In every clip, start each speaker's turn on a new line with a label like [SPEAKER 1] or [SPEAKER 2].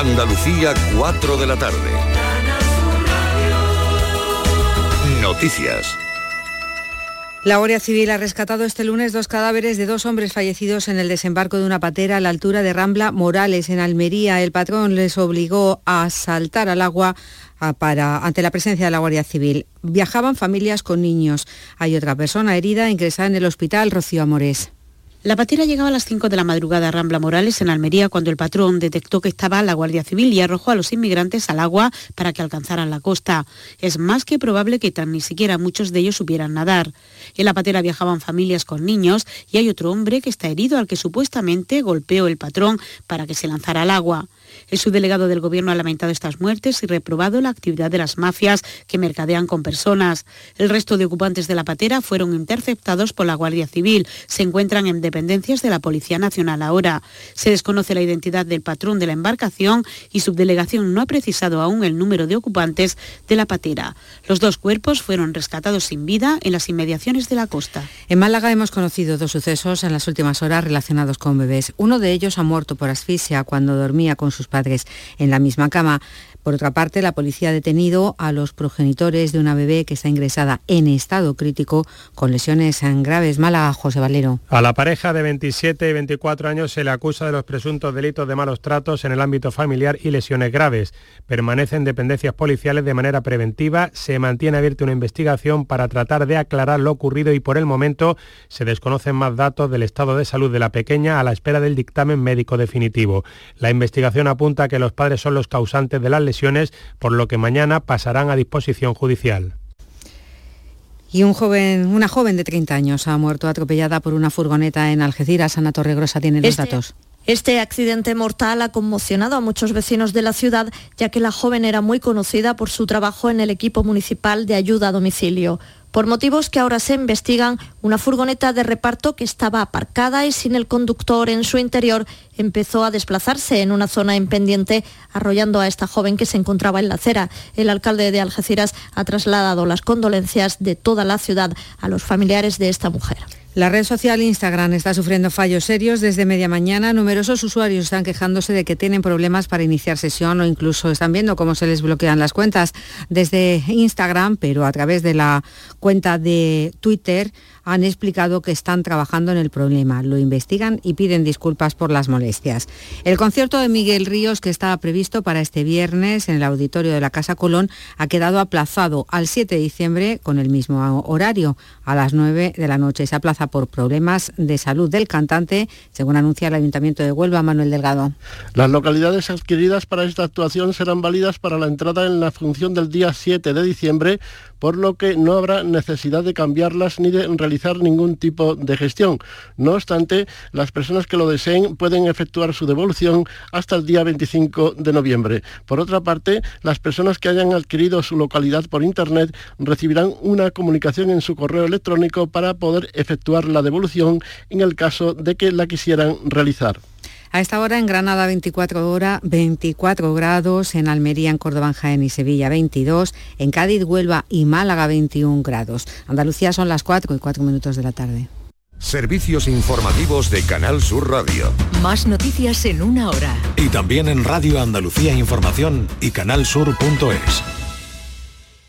[SPEAKER 1] Andalucía, 4 de la tarde. Noticias.
[SPEAKER 2] La Guardia Civil ha rescatado este lunes dos cadáveres de dos hombres fallecidos en el desembarco de una patera a la altura de Rambla Morales, en Almería. El patrón les obligó a saltar al agua a para, ante la presencia de la Guardia Civil. Viajaban familias con niños. Hay otra persona herida ingresada en el hospital Rocío Amores.
[SPEAKER 3] La patera llegaba a las 5 de la madrugada a Rambla Morales, en Almería, cuando el patrón detectó que estaba la Guardia Civil y arrojó a los inmigrantes al agua para que alcanzaran la costa. Es más que probable que tan ni siquiera muchos de ellos supieran nadar. En la patera viajaban familias con niños y hay otro hombre que está herido al que supuestamente golpeó el patrón para que se lanzara al agua. El subdelegado del Gobierno ha lamentado estas muertes y reprobado la actividad de las mafias que mercadean con personas. El resto de ocupantes de la patera fueron interceptados por la Guardia Civil. Se encuentran en dependencias de la Policía Nacional ahora. Se desconoce la identidad del patrón de la embarcación y subdelegación no ha precisado aún el número de ocupantes de la patera. Los dos cuerpos fueron rescatados sin vida en las inmediaciones de la costa.
[SPEAKER 2] En Málaga hemos conocido dos sucesos en las últimas horas relacionados con bebés. Uno de ellos ha muerto por asfixia cuando dormía con sus padres en la misma cama. Por otra parte, la policía ha detenido a los progenitores de una bebé que está ingresada en estado crítico con lesiones graves. Mala, José Valero.
[SPEAKER 4] A la pareja de 27 y 24 años se le acusa de los presuntos delitos de malos tratos en el ámbito familiar y lesiones graves. Permanecen dependencias policiales de manera preventiva. Se mantiene abierta una investigación para tratar de aclarar lo ocurrido y por el momento se desconocen más datos del estado de salud de la pequeña a la espera del dictamen médico definitivo. La investigación apunta a que los padres son los causantes de las lesiones por lo que mañana pasarán a disposición judicial.
[SPEAKER 2] Y un joven, una joven de 30 años ha muerto atropellada por una furgoneta en Algeciras. Ana Torregrosa tiene los
[SPEAKER 5] este...
[SPEAKER 2] datos.
[SPEAKER 5] Este accidente mortal ha conmocionado a muchos vecinos de la ciudad, ya que la joven era muy conocida por su trabajo en el equipo municipal de ayuda a domicilio. Por motivos que ahora se investigan, una furgoneta de reparto que estaba aparcada y sin el conductor en su interior empezó a desplazarse en una zona en pendiente, arrollando a esta joven que se encontraba en la acera. El alcalde de Algeciras ha trasladado las condolencias de toda la ciudad a los familiares de esta mujer.
[SPEAKER 2] La red social Instagram está sufriendo fallos serios desde media mañana. Numerosos usuarios están quejándose de que tienen problemas para iniciar sesión o incluso están viendo cómo se les bloquean las cuentas desde Instagram, pero a través de la cuenta de Twitter han explicado que están trabajando en el problema, lo investigan y piden disculpas por las molestias. El concierto de Miguel Ríos, que estaba previsto para este viernes en el auditorio de la Casa Colón, ha quedado aplazado al 7 de diciembre con el mismo horario, a las 9 de la noche. Esa plaza por problemas de salud del cantante, según anuncia el Ayuntamiento de Huelva, Manuel Delgado.
[SPEAKER 6] Las localidades adquiridas para esta actuación serán válidas para la entrada en la función del día 7 de diciembre, por lo que no habrá necesidad de cambiarlas ni de realizar ningún tipo de gestión. No obstante, las personas que lo deseen pueden efectuar su devolución hasta el día 25 de noviembre. Por otra parte, las personas que hayan adquirido su localidad por Internet recibirán una comunicación en su correo electrónico para poder efectuar la devolución en el caso de que la quisieran realizar.
[SPEAKER 2] A esta hora en Granada 24 horas, 24 grados, en Almería, en Córdoba, en Jaén y Sevilla 22, en Cádiz, Huelva y Málaga 21 grados. Andalucía son las 4 y 4 minutos de la tarde.
[SPEAKER 1] Servicios informativos de Canal Sur Radio.
[SPEAKER 7] Más noticias en una hora.
[SPEAKER 8] Y también en Radio Andalucía Información y canalsur.es.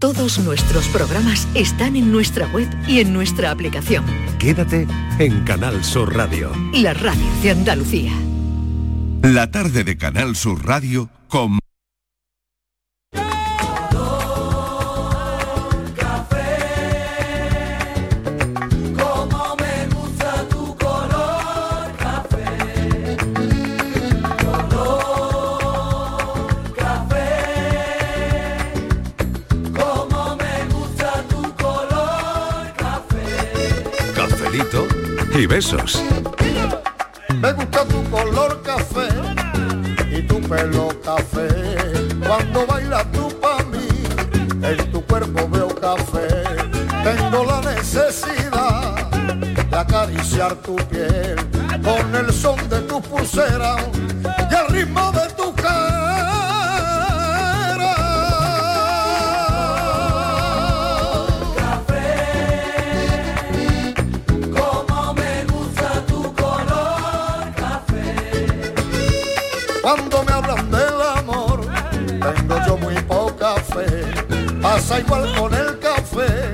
[SPEAKER 9] Todos nuestros programas están en nuestra web y en nuestra aplicación.
[SPEAKER 10] Quédate en Canal Sur Radio.
[SPEAKER 9] La radio de Andalucía.
[SPEAKER 11] La tarde de Canal Sur Radio con
[SPEAKER 10] y besos.
[SPEAKER 12] Me gusta tu color café y tu pelo café. Cuando bailas tú para mí, en tu cuerpo veo café. Tengo la necesidad de acariciar tu piel con el son de tu pulsera y el ritmo de tu cuando me hablan del amor, tengo yo muy poca fe. Pasa igual con el café,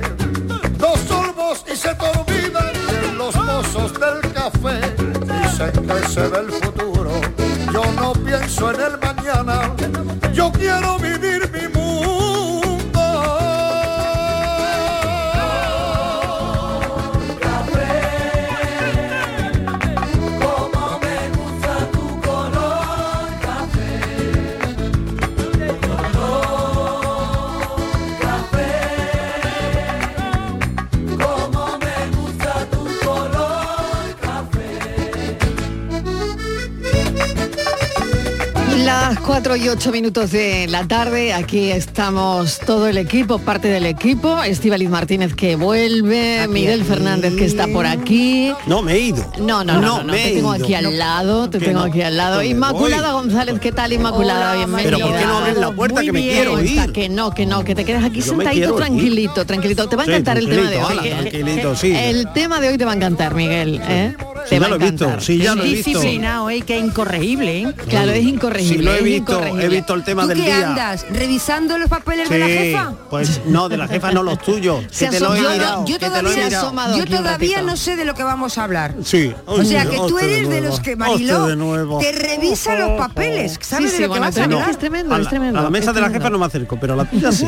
[SPEAKER 12] dos sorbos y se te olvidan que los mozos del café. Dicen que se ve el futuro, yo no pienso en el mañana, yo quiero vivir mi
[SPEAKER 13] Las 4 y 8 minutos de la tarde, aquí estamos todo el equipo, parte del equipo, Estivaliz Martínez que vuelve, aquí, Miguel aquí. Fernández que está por aquí.
[SPEAKER 14] No, me he ido.
[SPEAKER 13] No, no, no, no, no te tengo aquí al lado, te tengo aquí al lado. Inmaculada González, ¿qué tal Inmaculada? Hola, bienvenida.
[SPEAKER 14] Pero ¿por qué no abres la puerta que me bien, quiero ir?
[SPEAKER 13] Que no, que no, que te quedes aquí Yo sentadito, tranquilito, ir. tranquilito. Te va a encantar sí, el tema de hoy. Eh,
[SPEAKER 14] Ala, tranquilito, sí.
[SPEAKER 13] El tema de hoy te va a encantar, Miguel. ¿eh?
[SPEAKER 14] Sí, ya lo he visto, sí, ya lo he visto.
[SPEAKER 15] disciplinado, ¿eh? que es incorregible. ¿eh?
[SPEAKER 13] Claro, es incorregible.
[SPEAKER 14] Sí, lo he visto, he visto el tema
[SPEAKER 15] ¿Tú
[SPEAKER 14] del
[SPEAKER 15] qué
[SPEAKER 14] día.
[SPEAKER 15] andas? ¿Revisando los papeles sí, de la jefa?
[SPEAKER 14] Pues no, de la jefa no, los tuyos.
[SPEAKER 15] Se
[SPEAKER 14] que te lo he mirado,
[SPEAKER 15] yo,
[SPEAKER 14] que
[SPEAKER 15] todavía,
[SPEAKER 14] te lo he mirado.
[SPEAKER 15] yo todavía no sé de lo que vamos a hablar.
[SPEAKER 14] Sí.
[SPEAKER 15] o sea que tú eres de, de, los que Mariló te revisa oh, oh, oh. los papeles, ¿sabes de lo bueno, que vas a hablar?
[SPEAKER 13] Es tremendo,
[SPEAKER 14] a la,
[SPEAKER 13] es tremendo.
[SPEAKER 14] A la mesa de la jefa no me acerco, pero a la tuya sí.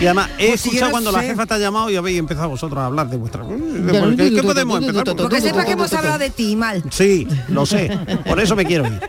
[SPEAKER 14] Y además, he
[SPEAKER 15] Pues
[SPEAKER 14] escuchado cuando la jefa te ha llamado y habéis empezado vosotros a hablar de vuestra... ¿Qué podemos empezar?
[SPEAKER 15] Porque sepa que hemos hablado de ti mal.
[SPEAKER 14] Sí, lo sé. Por eso me quiero ir.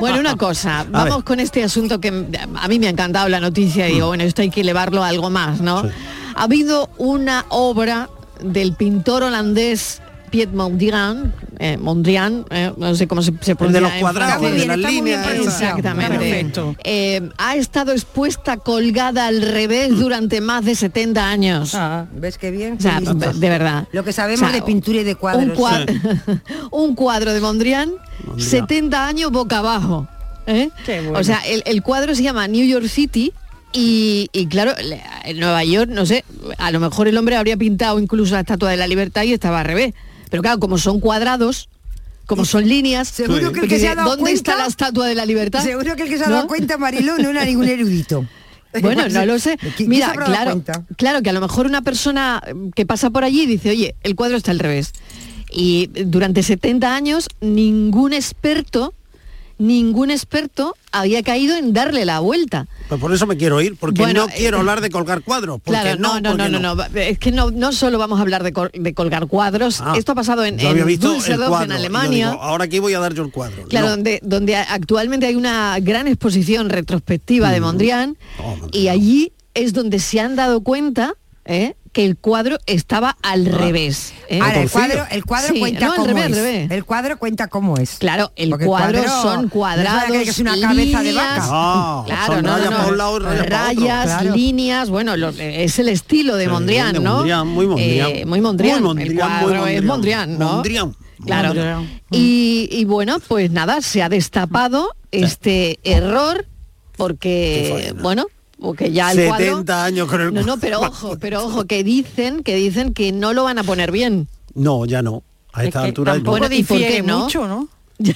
[SPEAKER 13] Bueno, una cosa, vamos con este asunto que a mí me ha encantado la noticia, digo,
[SPEAKER 14] Mm.
[SPEAKER 13] bueno, esto hay que elevarlo a algo más, ¿no? Sí. Ha habido una obra del pintor holandés Piet Mondrian, eh, Mondrian eh, no sé cómo se, se pronuncia.
[SPEAKER 14] El de los cuadrados,
[SPEAKER 15] muy bien,
[SPEAKER 14] de las
[SPEAKER 15] está muy bien
[SPEAKER 14] líneas.
[SPEAKER 15] pronunciado.
[SPEAKER 13] Exactamente. Eh, ha estado expuesta colgada al revés durante más de 70 años.
[SPEAKER 15] Ah, ¿Ves qué bien?
[SPEAKER 13] O sea, de verdad.
[SPEAKER 15] Lo que sabemos o sea, de pintura y de cuadros.
[SPEAKER 13] Un cuadro, un cuadro de Mondrian, Mondrian, 70 años boca abajo. ¿eh? bueno. O sea, el, el cuadro se llama New York City, y, y, claro, en Nueva York, no sé, a lo mejor el hombre habría pintado incluso la Estatua de la Libertad y estaba al revés. Pero claro, como son cuadrados, como son líneas,
[SPEAKER 15] seguro que el que se ha dado
[SPEAKER 13] ¿dónde
[SPEAKER 15] cuenta,
[SPEAKER 13] está la Estatua de la Libertad?
[SPEAKER 15] Seguro que el que se ha dado ¿No? cuenta, Mariló, no era ningún erudito.
[SPEAKER 13] Bueno, no lo sé. Mira, claro, claro que a lo mejor una persona mm, que pasa por allí dice, oye, el cuadro está al revés. Y durante 70 años ningún experto ningún experto había caído en darle la vuelta.
[SPEAKER 14] Pues por eso me quiero ir, porque bueno, no quiero eh, hablar de colgar cuadros.
[SPEAKER 13] Claro, no, no, no, no, no, no, Es que no, no solo vamos a hablar de, col de colgar cuadros. Ah, Esto ha pasado en, en Düsseldorf, cuadro, en Alemania.
[SPEAKER 14] Digo, ahora aquí voy a dar yo el cuadro.
[SPEAKER 13] Claro, no. donde, donde actualmente hay una gran exposición retrospectiva mm. de Mondrian oh, y allí es donde se han dado cuenta ¿eh? que el cuadro estaba al ah, revés.
[SPEAKER 15] ¿eh? Ahora, el cuadro, el cuadro sí, cuenta no, cómo revés, es. Revés. El cuadro cuenta cómo es.
[SPEAKER 13] Claro, el cuadro, cuadro, son cuadrados, no
[SPEAKER 15] es, que es una
[SPEAKER 13] líneas,
[SPEAKER 15] cabeza de vaca.
[SPEAKER 13] No, claro, no, Ah, pues rayas, un lado, rayas, rayas claro. líneas, bueno, lo, es el estilo de Mondrián, de
[SPEAKER 14] Mondrián, ¿no? muy Mondrián.
[SPEAKER 13] Eh, muy Mondrián. Muy Mondrián el cuadro muy Mondrián, es Mondrián, ¿no?
[SPEAKER 14] Mondrián.
[SPEAKER 13] Claro. Y, y bueno, pues nada, se ha destapado este error porque, bueno, porque ya el
[SPEAKER 14] 70
[SPEAKER 13] cuadro,
[SPEAKER 14] años con el
[SPEAKER 13] No, no, pero ojo, pero ojo, que dicen, que dicen que no lo van a poner bien.
[SPEAKER 14] No, ya no. A esta es altura
[SPEAKER 16] tampoco bueno, difiere ¿y por qué no? mucho, ¿no?
[SPEAKER 14] Yo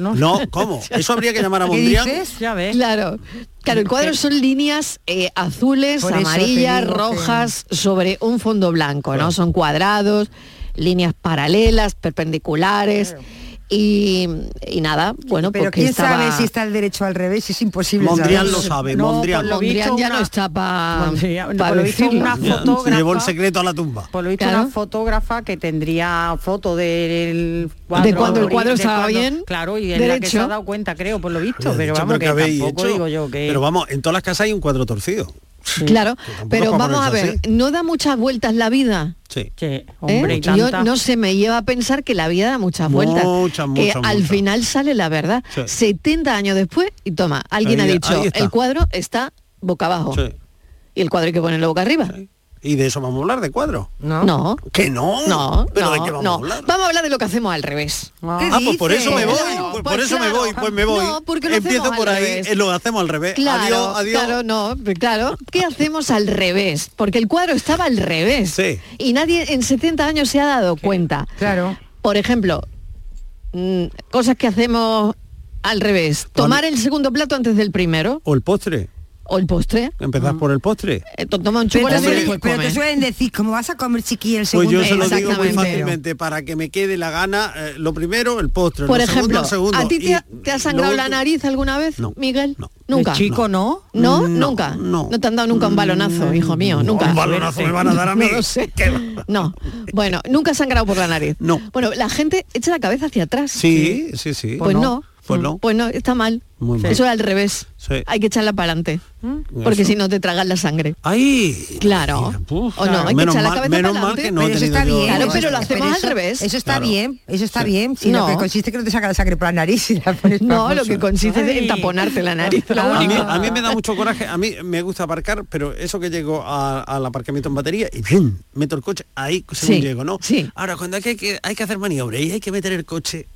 [SPEAKER 14] no. No, ¿cómo? Eso habría que llamar a Mondrian.
[SPEAKER 16] ¿Qué dices? Ya ves.
[SPEAKER 13] Claro. Claro, el cuadro son líneas eh, azules, por amarillas, rojas que... sobre un fondo blanco, ¿no? Claro. Son cuadrados, líneas paralelas, perpendiculares. Claro. Y, y, nada, bueno,
[SPEAKER 15] pero
[SPEAKER 13] porque
[SPEAKER 15] quién
[SPEAKER 13] estaba...
[SPEAKER 15] sabe si está el derecho al revés, es imposible.
[SPEAKER 14] Mondrian
[SPEAKER 15] saber.
[SPEAKER 14] lo sabe, no, Mondrian.
[SPEAKER 13] Mondrian ya una... no está Ah, para pa
[SPEAKER 16] una fotógrafa.
[SPEAKER 14] Llevó el secreto a la tumba.
[SPEAKER 16] Por lo visto claro. una fotógrafa que tendría foto del cuadro.
[SPEAKER 13] De cuando el cuadro estaba cuando, bien.
[SPEAKER 16] Claro, y de la que se ha dado cuenta, creo, por lo visto, pero vamos que, tampoco hecho, digo yo que
[SPEAKER 14] Pero vamos, en todas las casas hay un cuadro torcido.
[SPEAKER 13] Sí. Claro, pero vamos a ver, así. no da muchas vueltas la vida.
[SPEAKER 14] Sí.
[SPEAKER 16] sí hombre, ¿Eh? y
[SPEAKER 13] tanta... Yo no se me lleva a pensar que la vida da muchas vueltas.
[SPEAKER 14] Mucha, mucha,
[SPEAKER 13] que
[SPEAKER 14] mucha.
[SPEAKER 13] al final sale la verdad. Sí. 70 años después, y toma, alguien ahí, ha dicho, el cuadro está boca abajo. Y el cuadro hay que ponerlo boca arriba.
[SPEAKER 14] Y de eso vamos a hablar, de cuadro.
[SPEAKER 13] No. no.
[SPEAKER 14] Que no.
[SPEAKER 13] No.
[SPEAKER 14] ¿Pero
[SPEAKER 13] no,
[SPEAKER 14] de qué vamos
[SPEAKER 13] no.
[SPEAKER 14] a hablar?
[SPEAKER 13] Vamos a hablar de lo que hacemos al revés.
[SPEAKER 14] Ah, ah pues por eso me voy. Claro, pues, pues por eso claro. me voy, pues me voy.
[SPEAKER 13] ah, No, porque lo
[SPEAKER 14] Empiezo
[SPEAKER 13] hacemos
[SPEAKER 14] por
[SPEAKER 13] al
[SPEAKER 14] ahí,
[SPEAKER 13] revés.
[SPEAKER 14] Eh, lo hacemos al revés.
[SPEAKER 13] Claro,
[SPEAKER 14] adiós, adiós.
[SPEAKER 13] Claro, no, claro. ¿Qué hacemos al revés? Porque el cuadro estaba al revés.
[SPEAKER 14] Sí.
[SPEAKER 13] Y nadie en 70 años se ha dado sí. cuenta.
[SPEAKER 15] Claro.
[SPEAKER 13] Por ejemplo, mmm, cosas que hacemos al revés. Tomar el segundo plato antes del primero.
[SPEAKER 14] O el postre.
[SPEAKER 13] ¿O el postre?
[SPEAKER 14] Empezás por el postre.
[SPEAKER 13] Eh, toma un chocolate
[SPEAKER 15] pero,
[SPEAKER 13] y después
[SPEAKER 15] pero
[SPEAKER 13] comes.
[SPEAKER 15] te suelen decir, ¿cómo vas a comer chiquillo el segundo?
[SPEAKER 14] Pues yo se lo digo muy fácilmente, para que me quede la gana, eh, lo primero, el postre,
[SPEAKER 13] por
[SPEAKER 14] lo
[SPEAKER 13] ejemplo,
[SPEAKER 14] segundo, el segundo.
[SPEAKER 13] ¿A ti te, ha, te ha sangrado la nariz alguna vez,
[SPEAKER 14] no,
[SPEAKER 13] Miguel? No. Nunca.
[SPEAKER 16] ¿El chico no?
[SPEAKER 13] no? No, nunca. No. no te han dado nunca un balonazo, hijo mío, nunca.
[SPEAKER 14] Un balonazo me van a dar a mí.
[SPEAKER 13] No, lo sé. no. Bueno, nunca has sangrado por la nariz.
[SPEAKER 14] No.
[SPEAKER 13] Bueno, la gente echa la cabeza hacia atrás.
[SPEAKER 14] Sí, sí, sí.
[SPEAKER 13] Pues, no. Pues no. Pues no, está mal. Muy Eso mal. es al revés.
[SPEAKER 14] Sí.
[SPEAKER 13] Hay que echarla para adelante. Porque si no te tragas la sangre.
[SPEAKER 14] ¡Ay!
[SPEAKER 13] Claro. Uf, o no, hay
[SPEAKER 14] menos
[SPEAKER 13] que echar la cabeza
[SPEAKER 14] menos
[SPEAKER 13] para
[SPEAKER 14] mal que
[SPEAKER 13] adelante.
[SPEAKER 14] no
[SPEAKER 15] pero eso está
[SPEAKER 14] yo...
[SPEAKER 15] bien.
[SPEAKER 13] Claro, pero lo hacemos
[SPEAKER 15] Pero eso-
[SPEAKER 13] al revés.
[SPEAKER 15] Eso está
[SPEAKER 14] Claro.
[SPEAKER 15] bien, eso está
[SPEAKER 14] Sí.
[SPEAKER 15] bien, sino
[SPEAKER 13] No.
[SPEAKER 15] que consiste que no te saca la sangre por la nariz y la pones para
[SPEAKER 13] No, lo
[SPEAKER 15] mucho.
[SPEAKER 13] que consiste es en
[SPEAKER 16] Ay.
[SPEAKER 13] taponarte la nariz.
[SPEAKER 16] Lo
[SPEAKER 13] Lo
[SPEAKER 14] A mí,
[SPEAKER 13] único.
[SPEAKER 14] a mí me da mucho coraje, a mí me gusta aparcar, pero eso que llego a- al aparcamiento en batería y ¡pum! meto el coche ahí según
[SPEAKER 13] Sí,
[SPEAKER 14] llego, ¿no?
[SPEAKER 13] sí.
[SPEAKER 14] Ahora, cuando hay que, hay que hacer maniobra y hay que meter el coche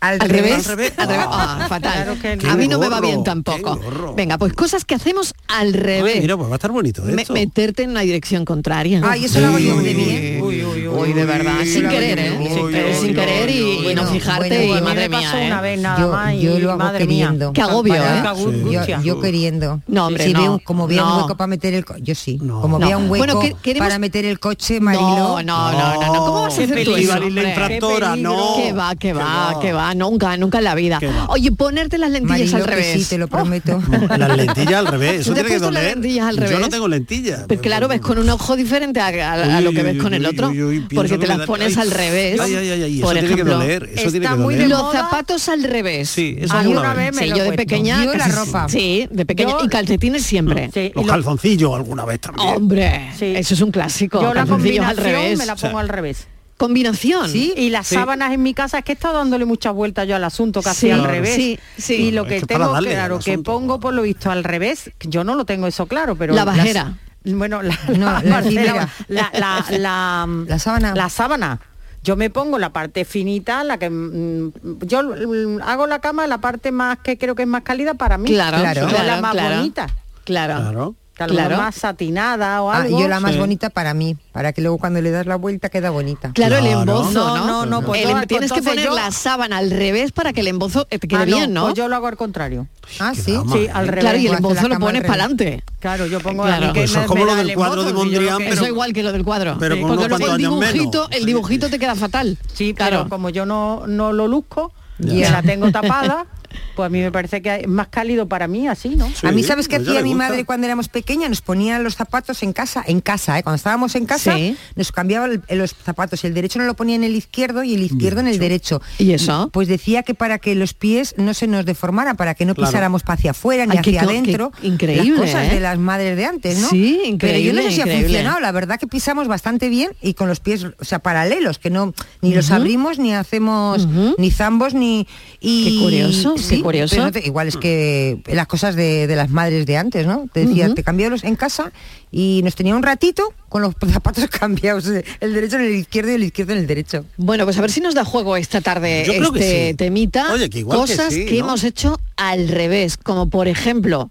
[SPEAKER 15] Al,
[SPEAKER 13] Al revés,
[SPEAKER 14] revés.
[SPEAKER 13] al revés.
[SPEAKER 14] Ah.
[SPEAKER 13] Ah, fatal.
[SPEAKER 16] Claro que
[SPEAKER 13] a
[SPEAKER 14] no.
[SPEAKER 13] mí no me va
[SPEAKER 14] Qué
[SPEAKER 13] bien
[SPEAKER 10] gorro,
[SPEAKER 13] tampoco.
[SPEAKER 14] qué gorro.
[SPEAKER 13] Venga, pues cosas que hacemos al
[SPEAKER 14] Ay,
[SPEAKER 13] revés.
[SPEAKER 14] mira, pues va a estar bonito
[SPEAKER 13] Eh, Me-
[SPEAKER 14] esto.
[SPEAKER 13] meterte en una dirección contraria.
[SPEAKER 15] Ay, eso lo hago yo de mí, ¿eh?
[SPEAKER 14] Uy, uy,
[SPEAKER 13] Uy, de verdad,
[SPEAKER 14] uy,
[SPEAKER 13] sin
[SPEAKER 15] uy,
[SPEAKER 13] querer, ¿eh?
[SPEAKER 15] uy,
[SPEAKER 13] sin
[SPEAKER 15] uy,
[SPEAKER 13] querer,
[SPEAKER 15] uy,
[SPEAKER 13] sin querer y,
[SPEAKER 15] uy,
[SPEAKER 13] y no
[SPEAKER 15] uy,
[SPEAKER 13] fijarte
[SPEAKER 15] bueno,
[SPEAKER 13] y
[SPEAKER 15] bueno,
[SPEAKER 13] madre
[SPEAKER 16] me pasó
[SPEAKER 13] mía,
[SPEAKER 16] una
[SPEAKER 13] ¿eh?
[SPEAKER 16] vez nada
[SPEAKER 15] Yo,
[SPEAKER 16] más y
[SPEAKER 15] yo lo hago
[SPEAKER 16] madre
[SPEAKER 15] queriendo.
[SPEAKER 13] Qué agobio, ¿eh?
[SPEAKER 16] Qué angustia.
[SPEAKER 15] Yo queriendo.
[SPEAKER 13] No, hombre,
[SPEAKER 15] Si
[SPEAKER 13] no.
[SPEAKER 15] veo- como veo
[SPEAKER 13] No.
[SPEAKER 15] un hueco para meter el coche, yo sí.
[SPEAKER 14] No.
[SPEAKER 15] Como
[SPEAKER 13] No.
[SPEAKER 15] veo un
[SPEAKER 13] Bueno,
[SPEAKER 15] hueco
[SPEAKER 13] que- queremos-
[SPEAKER 15] para meter el coche,
[SPEAKER 13] No, no,
[SPEAKER 15] Marilo.
[SPEAKER 13] no, no, no. ¿Cómo vas a
[SPEAKER 14] Qué
[SPEAKER 13] hacer tú
[SPEAKER 14] peligro,
[SPEAKER 13] eso?
[SPEAKER 14] Marilo,
[SPEAKER 13] hombre?
[SPEAKER 14] infractora,
[SPEAKER 16] Qué
[SPEAKER 14] no.
[SPEAKER 13] Que va, que va, que va, nunca, nunca en la vida.
[SPEAKER 14] Qué va.
[SPEAKER 13] Oye, ponerte las lentillas
[SPEAKER 15] Marilo,
[SPEAKER 13] al
[SPEAKER 15] que
[SPEAKER 13] revés.
[SPEAKER 15] sí, te lo prometo.
[SPEAKER 14] Las lentillas al revés, eso
[SPEAKER 13] ¿Tú te
[SPEAKER 14] tiene que
[SPEAKER 13] has puesto las
[SPEAKER 14] doler.
[SPEAKER 13] lentillas al
[SPEAKER 14] Yo
[SPEAKER 13] revés?
[SPEAKER 14] no tengo lentillas.
[SPEAKER 13] Pero claro, ves con un ojo diferente a, a- a lo
[SPEAKER 14] Uy,
[SPEAKER 13] que ves
[SPEAKER 14] uy,
[SPEAKER 13] con el
[SPEAKER 14] uy,
[SPEAKER 13] otro,
[SPEAKER 14] uy, uy, pienso
[SPEAKER 13] porque
[SPEAKER 14] que
[SPEAKER 13] te
[SPEAKER 14] me
[SPEAKER 13] las
[SPEAKER 14] da-
[SPEAKER 13] pones
[SPEAKER 14] ay,
[SPEAKER 13] al revés.
[SPEAKER 14] ay, ay, ay, ay, eso
[SPEAKER 13] por
[SPEAKER 14] tiene que
[SPEAKER 13] ejemplo.
[SPEAKER 14] doler, eso tiene
[SPEAKER 16] está
[SPEAKER 14] que
[SPEAKER 16] muy de
[SPEAKER 14] doler.
[SPEAKER 13] Los
[SPEAKER 16] moda.
[SPEAKER 13] zapatos al revés.
[SPEAKER 14] Sí, eso
[SPEAKER 16] Ah,
[SPEAKER 14] es
[SPEAKER 16] yo
[SPEAKER 14] una
[SPEAKER 16] una
[SPEAKER 14] vez.
[SPEAKER 16] vez me
[SPEAKER 13] Sí,
[SPEAKER 16] lo
[SPEAKER 13] yo de
[SPEAKER 16] he puesto.
[SPEAKER 13] pequeña.
[SPEAKER 15] Yo la
[SPEAKER 13] casi-
[SPEAKER 15] ropa.
[SPEAKER 13] Sí, de pequeña.
[SPEAKER 16] Yo-
[SPEAKER 13] Y calcetines siempre.
[SPEAKER 16] Sí, y
[SPEAKER 14] Los
[SPEAKER 16] lo-
[SPEAKER 14] calzoncillos alguna vez también.
[SPEAKER 13] Hombre,
[SPEAKER 16] Sí.
[SPEAKER 13] eso es un clásico.
[SPEAKER 16] yo la
[SPEAKER 13] calzoncillos
[SPEAKER 16] combinación
[SPEAKER 13] al revés.
[SPEAKER 16] me la pongo al revés.
[SPEAKER 13] Combinación.
[SPEAKER 16] Sí, y las
[SPEAKER 14] Sí.
[SPEAKER 16] sábanas en mi casa es que he estado dándole muchas vueltas yo al asunto casi
[SPEAKER 13] Sí,
[SPEAKER 16] al revés.
[SPEAKER 13] sí, sí.
[SPEAKER 16] Y lo
[SPEAKER 14] Es
[SPEAKER 16] que
[SPEAKER 14] que para
[SPEAKER 16] tengo
[SPEAKER 14] darle
[SPEAKER 16] claro,
[SPEAKER 14] al
[SPEAKER 16] que
[SPEAKER 14] asunto.
[SPEAKER 16] pongo por lo visto al revés, que yo no lo tengo eso claro, pero
[SPEAKER 13] La
[SPEAKER 16] las-
[SPEAKER 13] bajera.
[SPEAKER 16] bueno, la,
[SPEAKER 15] No, la
[SPEAKER 16] bajera,
[SPEAKER 15] alfibera.
[SPEAKER 16] la, la- la-
[SPEAKER 15] La sábana.
[SPEAKER 16] La sábana. Yo me pongo la parte finita, la que mmm, yo mmm, hago la cama la parte más que creo que es más cálida para mí.
[SPEAKER 13] Claro, claro,
[SPEAKER 16] no la más
[SPEAKER 13] claro.
[SPEAKER 16] bonita.
[SPEAKER 13] Claro.
[SPEAKER 16] claro. Tal vez
[SPEAKER 13] Claro.
[SPEAKER 16] más satinada o algo.
[SPEAKER 15] Ah, yo la más
[SPEAKER 16] Sí.
[SPEAKER 15] bonita para mí, para que luego cuando le das la vuelta queda bonita.
[SPEAKER 13] Claro, el embozo, ¿no?
[SPEAKER 16] No, no, no, pues
[SPEAKER 13] El
[SPEAKER 16] yo-
[SPEAKER 13] em- tienes que
[SPEAKER 16] entonces
[SPEAKER 13] poner
[SPEAKER 16] yo-
[SPEAKER 13] la sábana al revés para que el embozo eh, te quede
[SPEAKER 16] Ah,
[SPEAKER 13] bien, ¿no?
[SPEAKER 16] Pues yo lo hago al contrario.
[SPEAKER 15] Ah, sí.
[SPEAKER 16] Sí, al revés.
[SPEAKER 13] Claro, y el
[SPEAKER 16] Hace
[SPEAKER 13] embozo
[SPEAKER 16] la
[SPEAKER 13] lo
[SPEAKER 16] cama al
[SPEAKER 13] pones para
[SPEAKER 16] revés.
[SPEAKER 13] adelante.
[SPEAKER 16] Claro, yo pongo
[SPEAKER 13] Claro.
[SPEAKER 16] a mí que
[SPEAKER 13] Pues
[SPEAKER 14] eso
[SPEAKER 16] me-
[SPEAKER 14] es como
[SPEAKER 16] me
[SPEAKER 14] lo
[SPEAKER 16] da
[SPEAKER 14] del
[SPEAKER 16] el
[SPEAKER 14] cuadro
[SPEAKER 16] embozo,
[SPEAKER 14] de
[SPEAKER 16] si yo lo
[SPEAKER 14] Mondrian,
[SPEAKER 16] que-
[SPEAKER 14] pero-
[SPEAKER 13] Eso igual que lo del cuadro.
[SPEAKER 14] Pero con
[SPEAKER 13] Porque
[SPEAKER 14] unos
[SPEAKER 13] luego el
[SPEAKER 14] cuantos años
[SPEAKER 13] dibujito,
[SPEAKER 14] menos.
[SPEAKER 13] el dibujito te queda fatal.
[SPEAKER 16] Sí,
[SPEAKER 13] claro.
[SPEAKER 16] pero como yo no, no lo luzco,
[SPEAKER 13] Ya.
[SPEAKER 16] y
[SPEAKER 13] Ya.
[SPEAKER 16] la tengo tapada, pues a mí me parece que es más cálido para mí así, ¿no?
[SPEAKER 15] a mí, ¿sabes qué
[SPEAKER 13] Pues
[SPEAKER 16] que
[SPEAKER 15] hacía mi madre cuando éramos pequeñas? Nos ponía los zapatos en casa, en casa, ¿eh? cuando estábamos en casa,
[SPEAKER 13] Sí.
[SPEAKER 15] nos cambiaba el- los zapatos. El derecho no lo ponía en el izquierdo y el izquierdo en el derecho.
[SPEAKER 13] ¿Y eso?
[SPEAKER 15] Pues decía que para que los pies no se nos deformaran, para que no
[SPEAKER 13] Claro.
[SPEAKER 15] pisáramos para hacia afuera ni
[SPEAKER 13] Ay, qué
[SPEAKER 15] hacia
[SPEAKER 13] co- qué
[SPEAKER 15] adentro.
[SPEAKER 13] increíble,
[SPEAKER 15] Las cosas
[SPEAKER 13] ¿eh?
[SPEAKER 15] de las madres de antes, ¿no?
[SPEAKER 13] Sí,
[SPEAKER 15] Pero yo no
[SPEAKER 13] increíble,
[SPEAKER 15] sé si ha
[SPEAKER 13] increíble.
[SPEAKER 15] funcionado. La verdad que pisamos bastante bien y con los pies, o sea, paralelos, que no ni los
[SPEAKER 13] Ujú.
[SPEAKER 15] abrimos ni hacemos ni zambos ni y
[SPEAKER 13] Qué curioso, qué curioso.
[SPEAKER 15] pero no te- igual es que las cosas de, de las madres de antes, ¿no? Te decía, te cambiaba los en casa y nos tenía un ratito con los zapatos cambiados, eh, el derecho en el izquierdo y el izquierdo en el derecho.
[SPEAKER 13] Bueno, pues a ver si nos da juego esta tarde
[SPEAKER 15] Yo creo que
[SPEAKER 13] este
[SPEAKER 15] sí.
[SPEAKER 13] temita.
[SPEAKER 15] Oye, que igual que
[SPEAKER 13] cosas que,
[SPEAKER 15] sí, ¿no?
[SPEAKER 13] hemos hecho al revés, como por ejemplo,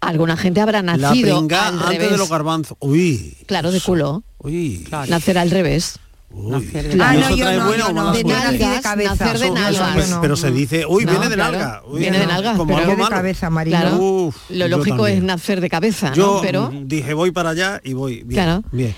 [SPEAKER 13] alguna gente habrá
[SPEAKER 14] La
[SPEAKER 13] nacido
[SPEAKER 14] pringa
[SPEAKER 13] al
[SPEAKER 14] antes
[SPEAKER 13] revés.
[SPEAKER 14] de los garbanzos. Uy,
[SPEAKER 13] claro, de culo.
[SPEAKER 14] uy.
[SPEAKER 13] Nacer al revés.
[SPEAKER 14] Ah, no,
[SPEAKER 13] Eso
[SPEAKER 14] yo
[SPEAKER 13] trae
[SPEAKER 14] no,
[SPEAKER 13] buena
[SPEAKER 14] yo
[SPEAKER 13] o
[SPEAKER 14] no,
[SPEAKER 13] mala
[SPEAKER 14] de
[SPEAKER 13] suerte.
[SPEAKER 14] nalgas,
[SPEAKER 13] Nalgas, nacer de nalgas.
[SPEAKER 14] Pues, pero se dice, uy,
[SPEAKER 13] No,
[SPEAKER 14] viene de
[SPEAKER 13] claro,
[SPEAKER 14] nalga. Uy,
[SPEAKER 13] viene de nalgas,
[SPEAKER 14] Como
[SPEAKER 13] pero-
[SPEAKER 14] algo malo.
[SPEAKER 13] Claro,
[SPEAKER 14] Uf,
[SPEAKER 13] lo
[SPEAKER 14] yo
[SPEAKER 13] lógico
[SPEAKER 14] también.
[SPEAKER 13] es nacer de cabeza, ¿no?
[SPEAKER 14] Yo
[SPEAKER 13] pero
[SPEAKER 14] mm, dije, voy para allá y voy. Bien,
[SPEAKER 13] Claro.
[SPEAKER 14] Bien.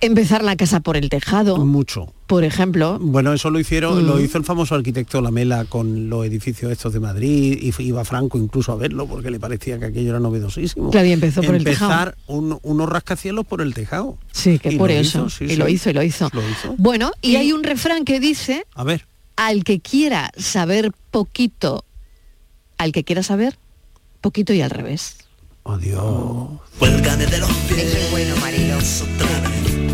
[SPEAKER 13] empezar la casa por el tejado,
[SPEAKER 14] Mucho.
[SPEAKER 13] por ejemplo.
[SPEAKER 14] Bueno, eso lo hicieron,
[SPEAKER 13] Mm.
[SPEAKER 14] lo hizo el famoso arquitecto Lamela con los edificios estos de Madrid y fu- iba Franco incluso a verlo porque le parecía que aquello era novedosísimo.
[SPEAKER 13] Claro, y empezó por el tejado.
[SPEAKER 14] Empezar un- unos rascacielos por el tejado.
[SPEAKER 13] Sí, qué
[SPEAKER 14] Y lo
[SPEAKER 13] curioso.
[SPEAKER 14] hizo, sí,
[SPEAKER 13] y
[SPEAKER 14] sí.
[SPEAKER 13] lo hizo, y lo hizo.
[SPEAKER 14] Lo hizo.
[SPEAKER 13] Bueno, y hay un refrán que dice,
[SPEAKER 14] A ver.
[SPEAKER 13] al que quiera saber poquito, al que quiera saber poquito y al revés.
[SPEAKER 14] Cuélgame de los
[SPEAKER 15] Eso es bueno, Marilo.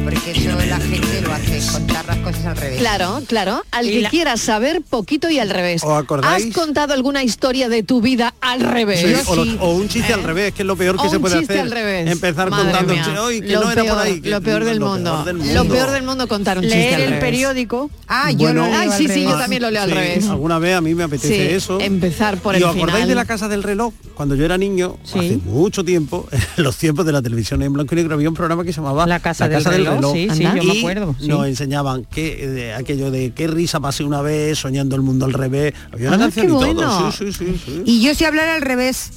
[SPEAKER 15] Porque eso la gente lo hace, contar las cosas al
[SPEAKER 14] Eh.
[SPEAKER 15] revés.
[SPEAKER 13] Claro, claro, al
[SPEAKER 15] Y
[SPEAKER 13] que
[SPEAKER 15] la-
[SPEAKER 13] quiera saber poquito y al revés.
[SPEAKER 14] ¿Os acordáis?
[SPEAKER 13] ¿Has contado alguna historia de tu vida al revés?
[SPEAKER 14] Sí, o, lo- o un chiste al revés, que es lo peor
[SPEAKER 13] Eh. O
[SPEAKER 14] que se
[SPEAKER 13] un
[SPEAKER 14] puede
[SPEAKER 13] chiste
[SPEAKER 14] hacer.
[SPEAKER 13] al revés.
[SPEAKER 14] Empezar
[SPEAKER 13] Madre
[SPEAKER 14] contando un
[SPEAKER 13] mía.
[SPEAKER 14] chiste, "Ay, que
[SPEAKER 13] Lo
[SPEAKER 14] no era por
[SPEAKER 13] peor-
[SPEAKER 14] ahí. que
[SPEAKER 13] lo peor del
[SPEAKER 14] lo
[SPEAKER 13] mundo.
[SPEAKER 14] peor del
[SPEAKER 13] Lo
[SPEAKER 14] mundo".
[SPEAKER 13] peor del mundo contar un chiste al
[SPEAKER 16] Leer el
[SPEAKER 13] revés.
[SPEAKER 16] periódico.
[SPEAKER 15] Ah,
[SPEAKER 14] Bueno,
[SPEAKER 13] Ay, sí, sí, yo también lo leo al
[SPEAKER 14] sí,
[SPEAKER 13] revés.
[SPEAKER 14] Alguna vez a mí me apetece
[SPEAKER 13] Sí,
[SPEAKER 14] eso.
[SPEAKER 13] empezar por
[SPEAKER 14] ¿Y
[SPEAKER 13] el
[SPEAKER 14] os acordáis
[SPEAKER 13] final.
[SPEAKER 14] de la casa del reloj? Cuando yo era niño, hace mucho tiempo, en los tiempos de la televisión en blanco y negro, había un programa que se llamaba La
[SPEAKER 16] Casa del Reloj, sí, sí,
[SPEAKER 14] Anda.
[SPEAKER 16] yo me
[SPEAKER 14] Y
[SPEAKER 16] acuerdo, sí.
[SPEAKER 14] Nos enseñaban que, de aquello de qué risa pasé una vez soñando el mundo al revés. Había una
[SPEAKER 15] Ah,
[SPEAKER 14] canción
[SPEAKER 15] qué
[SPEAKER 14] y todo.
[SPEAKER 15] bueno.
[SPEAKER 14] Sí, sí, sí, sí.
[SPEAKER 15] Y yo si hablar al revés.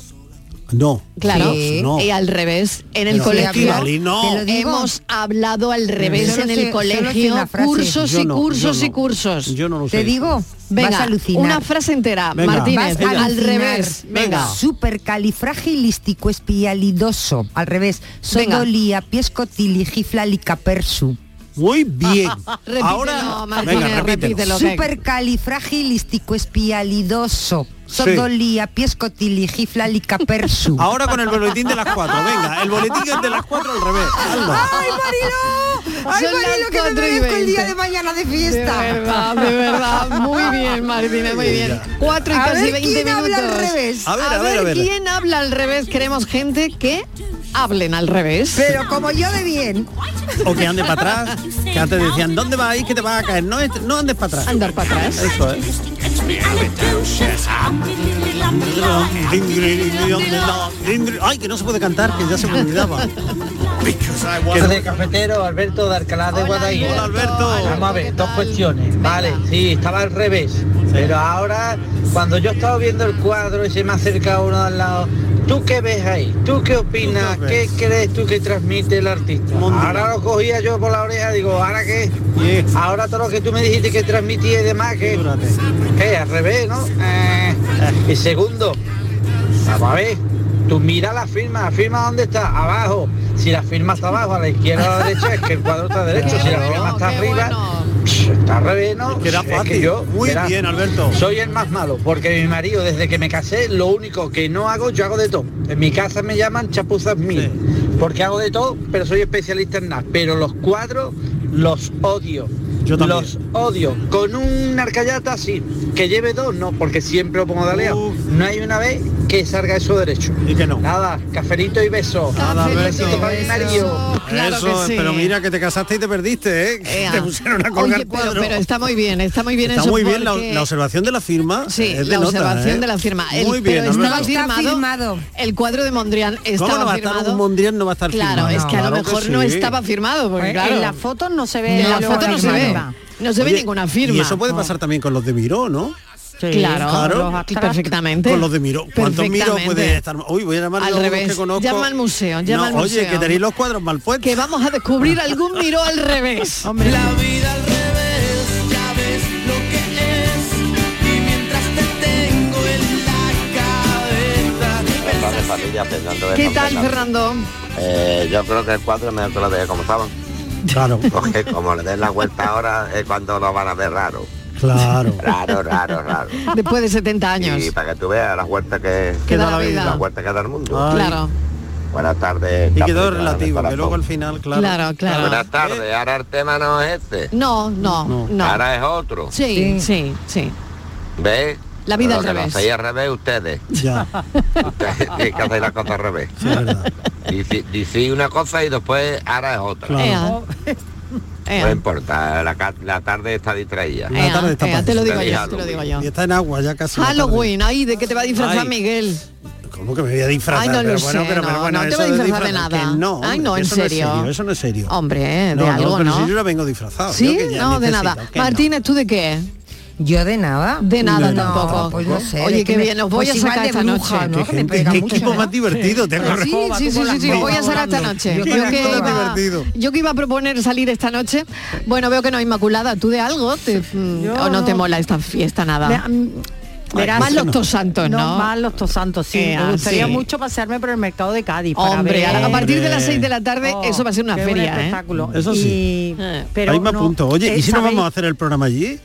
[SPEAKER 14] No.
[SPEAKER 13] Claro,
[SPEAKER 14] Sí. No.
[SPEAKER 13] y al revés. En el
[SPEAKER 14] Pero
[SPEAKER 13] colegio
[SPEAKER 14] Estivali, no. Te lo digo.
[SPEAKER 13] hemos hablado al revés
[SPEAKER 15] Solo
[SPEAKER 13] en
[SPEAKER 15] sé-
[SPEAKER 13] el
[SPEAKER 15] solo sé
[SPEAKER 13] colegio,
[SPEAKER 15] la frase.
[SPEAKER 13] cursos
[SPEAKER 14] Yo
[SPEAKER 13] y
[SPEAKER 14] no,
[SPEAKER 13] cursos
[SPEAKER 14] yo
[SPEAKER 13] y
[SPEAKER 14] no.
[SPEAKER 13] cursos.
[SPEAKER 14] Yo no lo sé.
[SPEAKER 15] Te digo,
[SPEAKER 13] Venga,
[SPEAKER 15] vas a alucinar.
[SPEAKER 13] una frase
[SPEAKER 15] ah,
[SPEAKER 13] entera,
[SPEAKER 14] Venga.
[SPEAKER 13] Martínez,
[SPEAKER 14] Vas a
[SPEAKER 13] al
[SPEAKER 15] alucinar.
[SPEAKER 13] revés. Venga.
[SPEAKER 15] Supercalifragilístico espialidoso. Al rés. Sodolia, piescotiligiflalicapersu.
[SPEAKER 14] Muy bien.
[SPEAKER 15] Repítelo,
[SPEAKER 14] Ahora,
[SPEAKER 15] Martínez,
[SPEAKER 14] venga, repítelo.
[SPEAKER 15] Supercalifragilístico espialidoso. Sodolia, piescotiligiflalicapersu.
[SPEAKER 14] Ahora con el boletín de las cuatro. Venga, el boletín de las cuatro al revés. Hazlo.
[SPEAKER 15] ¡Ay, Marilo! ¡Ay,
[SPEAKER 13] Son las
[SPEAKER 15] Marilo, que me
[SPEAKER 13] 4 y
[SPEAKER 15] merezco el día
[SPEAKER 13] 20.
[SPEAKER 15] de mañana de fiesta!
[SPEAKER 13] De verdad, de verdad. Muy bien, Martínez, muy bien. Cuatro y
[SPEAKER 15] A
[SPEAKER 13] casi
[SPEAKER 15] ver
[SPEAKER 13] 20
[SPEAKER 15] quién
[SPEAKER 13] minutos.
[SPEAKER 15] habla al revés.
[SPEAKER 13] A ver, a ver,
[SPEAKER 14] a ver.
[SPEAKER 13] quién habla al revés. Queremos gente que hablen al revés.
[SPEAKER 15] Pero como yo de bien.
[SPEAKER 14] O que ande para atrás. Que antes decían, ¿dónde vais? Que te vas a caer. No, es- no andes para atrás.
[SPEAKER 13] Andar para atrás.
[SPEAKER 14] Eso es. Ay, que no se puede cantar, que ya se me olvidaba.
[SPEAKER 17] Hola, de cafetero, Alberto de Alcalá de Guadaira. Hola, Alberto. Vamos a ver, dos cuestiones. Vale, sí, estaba al revés. Pero ahora, cuando yo estaba viendo el cuadro y se me acerca uno al lado, ¿tú qué ves ahí? ¿Tú qué opinas? ¿Qué, crees tú que transmite el artista? Ahora lo cogía yo por la oreja, digo, ¿ahora qué? Ahora todo lo que tú me dijiste que transmitía y demás, que ¿Qué? Al revés, ¿no? Eh, y segundo, Vamos a ver. Tú mira la firma, la firma dónde está, abajo. Si la firma está abajo, a la izquierda o a la derecha, es que el cuadro está derecho. Si la firma está arriba, psh, está al revés, ¿no?
[SPEAKER 14] que era
[SPEAKER 17] Es
[SPEAKER 14] fácil. Muy
[SPEAKER 17] verás,
[SPEAKER 14] bien, Alberto.
[SPEAKER 17] Soy el más malo, porque mi marido, desde que me casé, lo único que no hago, yo hago de todo. En mi casa me llaman chapuzas mil, porque hago de todo, pero soy especialista en nada. Pero los cuadros los odio.
[SPEAKER 14] Yo también.
[SPEAKER 17] Los odio. Con un arcayata sí. Que lleve dos, no, porque siempre lo pongo de alea. No hay una vez
[SPEAKER 2] que salga eso derecho.
[SPEAKER 14] Y que no.
[SPEAKER 2] Nada, cafelito y beso.
[SPEAKER 14] Nada, beso.
[SPEAKER 2] Besito para mi marido.
[SPEAKER 14] Eso,
[SPEAKER 13] Claro que sí.
[SPEAKER 14] pero mira que te casaste y te perdiste, ¿eh? Que
[SPEAKER 13] Ea.
[SPEAKER 14] Te pusieron a
[SPEAKER 13] Oye,
[SPEAKER 14] colgar
[SPEAKER 13] pero-
[SPEAKER 14] cuadros.
[SPEAKER 13] pero, está muy bien, está muy bien
[SPEAKER 14] Está
[SPEAKER 13] eso
[SPEAKER 14] muy bien la,
[SPEAKER 13] porque-
[SPEAKER 14] la observación de la firma.
[SPEAKER 13] Sí,
[SPEAKER 14] es de
[SPEAKER 13] la
[SPEAKER 14] nota,
[SPEAKER 13] observación
[SPEAKER 14] ¿eh?
[SPEAKER 13] de la firma. El-
[SPEAKER 14] Muy bien,
[SPEAKER 13] pero estaba
[SPEAKER 14] Alberto.
[SPEAKER 13] firmado, El cuadro de Mondrian estaba
[SPEAKER 14] ¿Cómo no va a estar
[SPEAKER 13] firmado.
[SPEAKER 14] un Mondrian no va a estar
[SPEAKER 13] claro,
[SPEAKER 14] firmado?
[SPEAKER 13] es que a lo
[SPEAKER 14] Claro
[SPEAKER 13] mejor no
[SPEAKER 14] sí.
[SPEAKER 13] estaba firmado, porque
[SPEAKER 16] Eh,
[SPEAKER 13] claro,
[SPEAKER 16] En las fotos no se ve.
[SPEAKER 13] en la
[SPEAKER 16] lo
[SPEAKER 13] foto no se ve.
[SPEAKER 16] firmado.
[SPEAKER 13] No se ve
[SPEAKER 14] Oye,
[SPEAKER 13] ninguna firma.
[SPEAKER 14] Y eso puede pasar también con los de Miró, ¿no?
[SPEAKER 13] Claro, los abstractos. perfectamente.
[SPEAKER 14] Con los de Miró. ¿Cuántos Miró
[SPEAKER 13] Perfectamente.
[SPEAKER 14] puede estar? Uy, voy a llamar a
[SPEAKER 13] Al
[SPEAKER 14] los
[SPEAKER 13] revés.
[SPEAKER 14] que conozco.
[SPEAKER 13] Llama al museo, llama al
[SPEAKER 14] No,
[SPEAKER 13] museo.
[SPEAKER 14] Oye, que tenéis los cuadros mal puestos.
[SPEAKER 13] Que vamos a descubrir algún miró al revés. Hombre.
[SPEAKER 18] La vida al revés, ya ves lo que es. Y mientras te tengo en la cabeza.
[SPEAKER 4] Buenas tardes, familia, Fernando de
[SPEAKER 13] ¿Qué
[SPEAKER 4] San
[SPEAKER 13] tal,
[SPEAKER 4] Fernando.
[SPEAKER 13] Fernando?
[SPEAKER 4] Eh, yo creo que el cuadro es mejor que lo de como estaban.
[SPEAKER 14] Claro.
[SPEAKER 4] Porque como le den la vuelta ahora es cuando lo van a ver raro.
[SPEAKER 14] Claro.
[SPEAKER 4] Raro, raro, raro.
[SPEAKER 13] Después de 70 años.
[SPEAKER 4] Y para que tú veas la vuelta que,
[SPEAKER 13] Que da la vida.
[SPEAKER 4] La vuelta que da el mundo.
[SPEAKER 13] Claro,
[SPEAKER 4] Buenas tardes.
[SPEAKER 14] Y
[SPEAKER 4] Capitán,
[SPEAKER 14] quedó
[SPEAKER 4] mi
[SPEAKER 14] relativo, que
[SPEAKER 4] corazón.
[SPEAKER 14] luego al final, claro.
[SPEAKER 13] claro, claro.
[SPEAKER 4] Buenas tardes. Ahora el tema no es este.
[SPEAKER 13] No, no, no.
[SPEAKER 4] Ahora es otro.
[SPEAKER 13] Sí, sí, sí.
[SPEAKER 4] ¿Ves?
[SPEAKER 13] La vida
[SPEAKER 4] Lo
[SPEAKER 13] al
[SPEAKER 4] que lo
[SPEAKER 13] revés.
[SPEAKER 4] hacéis al revés ustedes.
[SPEAKER 14] Ya.
[SPEAKER 4] Ustedes tienen que hacer las cosas al revés. Dici- Dicí una cosa y después ahora es otra.
[SPEAKER 13] Ea.
[SPEAKER 4] No
[SPEAKER 13] Ea.
[SPEAKER 4] importa, la, ca- la tarde está distraída.
[SPEAKER 14] La tarde está
[SPEAKER 13] Ea,
[SPEAKER 14] para
[SPEAKER 13] te lo
[SPEAKER 4] eso.
[SPEAKER 13] digo yo,
[SPEAKER 4] Halloween.
[SPEAKER 13] te lo digo yo.
[SPEAKER 14] Y está en agua ya casi. la tarde.
[SPEAKER 13] Halloween, ay, ¿de qué te va a disfrazar
[SPEAKER 14] Ay.
[SPEAKER 13] Miguel?
[SPEAKER 14] ¿Cómo que me voy a disfrazar?
[SPEAKER 13] Ay, no lo
[SPEAKER 14] pero bueno,
[SPEAKER 13] sé,
[SPEAKER 14] pero, pero
[SPEAKER 13] no,
[SPEAKER 14] bueno,
[SPEAKER 13] no te
[SPEAKER 14] eso
[SPEAKER 13] voy a disfrazar de
[SPEAKER 14] disfrazar-
[SPEAKER 13] nada.
[SPEAKER 14] que No,
[SPEAKER 13] Ay, no,
[SPEAKER 14] hombre,
[SPEAKER 13] en
[SPEAKER 14] eso es
[SPEAKER 13] serio.
[SPEAKER 14] Eso no es serio.
[SPEAKER 13] Hombre, de
[SPEAKER 14] No, no,
[SPEAKER 13] algo,
[SPEAKER 14] pero
[SPEAKER 13] ¿no?
[SPEAKER 14] si yo no vengo disfrazado.
[SPEAKER 13] ¿Sí?
[SPEAKER 14] yo que ya
[SPEAKER 13] No, de
[SPEAKER 14] necesito,
[SPEAKER 13] nada.
[SPEAKER 14] que no.
[SPEAKER 13] Martínez, ¿tú de qué?
[SPEAKER 15] Yo de nada.
[SPEAKER 13] De nada
[SPEAKER 14] No,
[SPEAKER 13] tampoco.
[SPEAKER 15] Pues no sé.
[SPEAKER 13] Oye,
[SPEAKER 15] de
[SPEAKER 13] qué
[SPEAKER 15] me-
[SPEAKER 13] bien, os voy
[SPEAKER 15] pues
[SPEAKER 13] a
[SPEAKER 15] igual
[SPEAKER 13] sacar
[SPEAKER 15] de
[SPEAKER 13] esta
[SPEAKER 15] bruja,
[SPEAKER 13] noche.
[SPEAKER 15] ¿no? Que me
[SPEAKER 14] Gente,
[SPEAKER 15] pega
[SPEAKER 14] qué
[SPEAKER 15] mucho,
[SPEAKER 14] equipo
[SPEAKER 15] ¿no?
[SPEAKER 14] más divertido, te
[SPEAKER 15] Pues
[SPEAKER 14] corre-
[SPEAKER 15] sí,
[SPEAKER 13] Sí, sí, sí, sí, sí,
[SPEAKER 14] Volando.
[SPEAKER 13] voy a sacar esta
[SPEAKER 15] Volando.
[SPEAKER 13] noche.
[SPEAKER 14] Yo
[SPEAKER 13] Yo
[SPEAKER 14] creo que
[SPEAKER 13] que,
[SPEAKER 14] todo
[SPEAKER 13] iba,
[SPEAKER 14] divertido.
[SPEAKER 13] yo que iba a proponer salir esta noche. Bueno, veo que no, Inmaculada, ¿tú de algo? Te- mm,
[SPEAKER 16] Yo
[SPEAKER 13] ¿O no te
[SPEAKER 16] no.
[SPEAKER 13] mola esta fiesta
[SPEAKER 16] Me-
[SPEAKER 13] nada?
[SPEAKER 15] mm,
[SPEAKER 16] am- verás-
[SPEAKER 13] Más los tosantos, ¿no?
[SPEAKER 16] Más los tosantos, sí.
[SPEAKER 13] Eh, ah,
[SPEAKER 16] Me gustaría
[SPEAKER 13] sí.
[SPEAKER 16] mucho pasearme por el mercado de Cádiz. para
[SPEAKER 13] Hombre,
[SPEAKER 16] ver-
[SPEAKER 13] a, a partir de las
[SPEAKER 14] Hombre.
[SPEAKER 13] 6 de la tarde
[SPEAKER 16] Oh,
[SPEAKER 13] eso va a ser una
[SPEAKER 16] qué
[SPEAKER 13] feria,
[SPEAKER 16] buen
[SPEAKER 13] ¿eh?
[SPEAKER 16] espectáculo.
[SPEAKER 14] Eso
[SPEAKER 16] Y-
[SPEAKER 14] sí.
[SPEAKER 16] pero
[SPEAKER 14] Ahí me
[SPEAKER 16] no-
[SPEAKER 14] apunto. Oye,
[SPEAKER 16] eh,
[SPEAKER 14] ¿y si no vamos a
[SPEAKER 16] sabéis-
[SPEAKER 14] hacer el programa allí?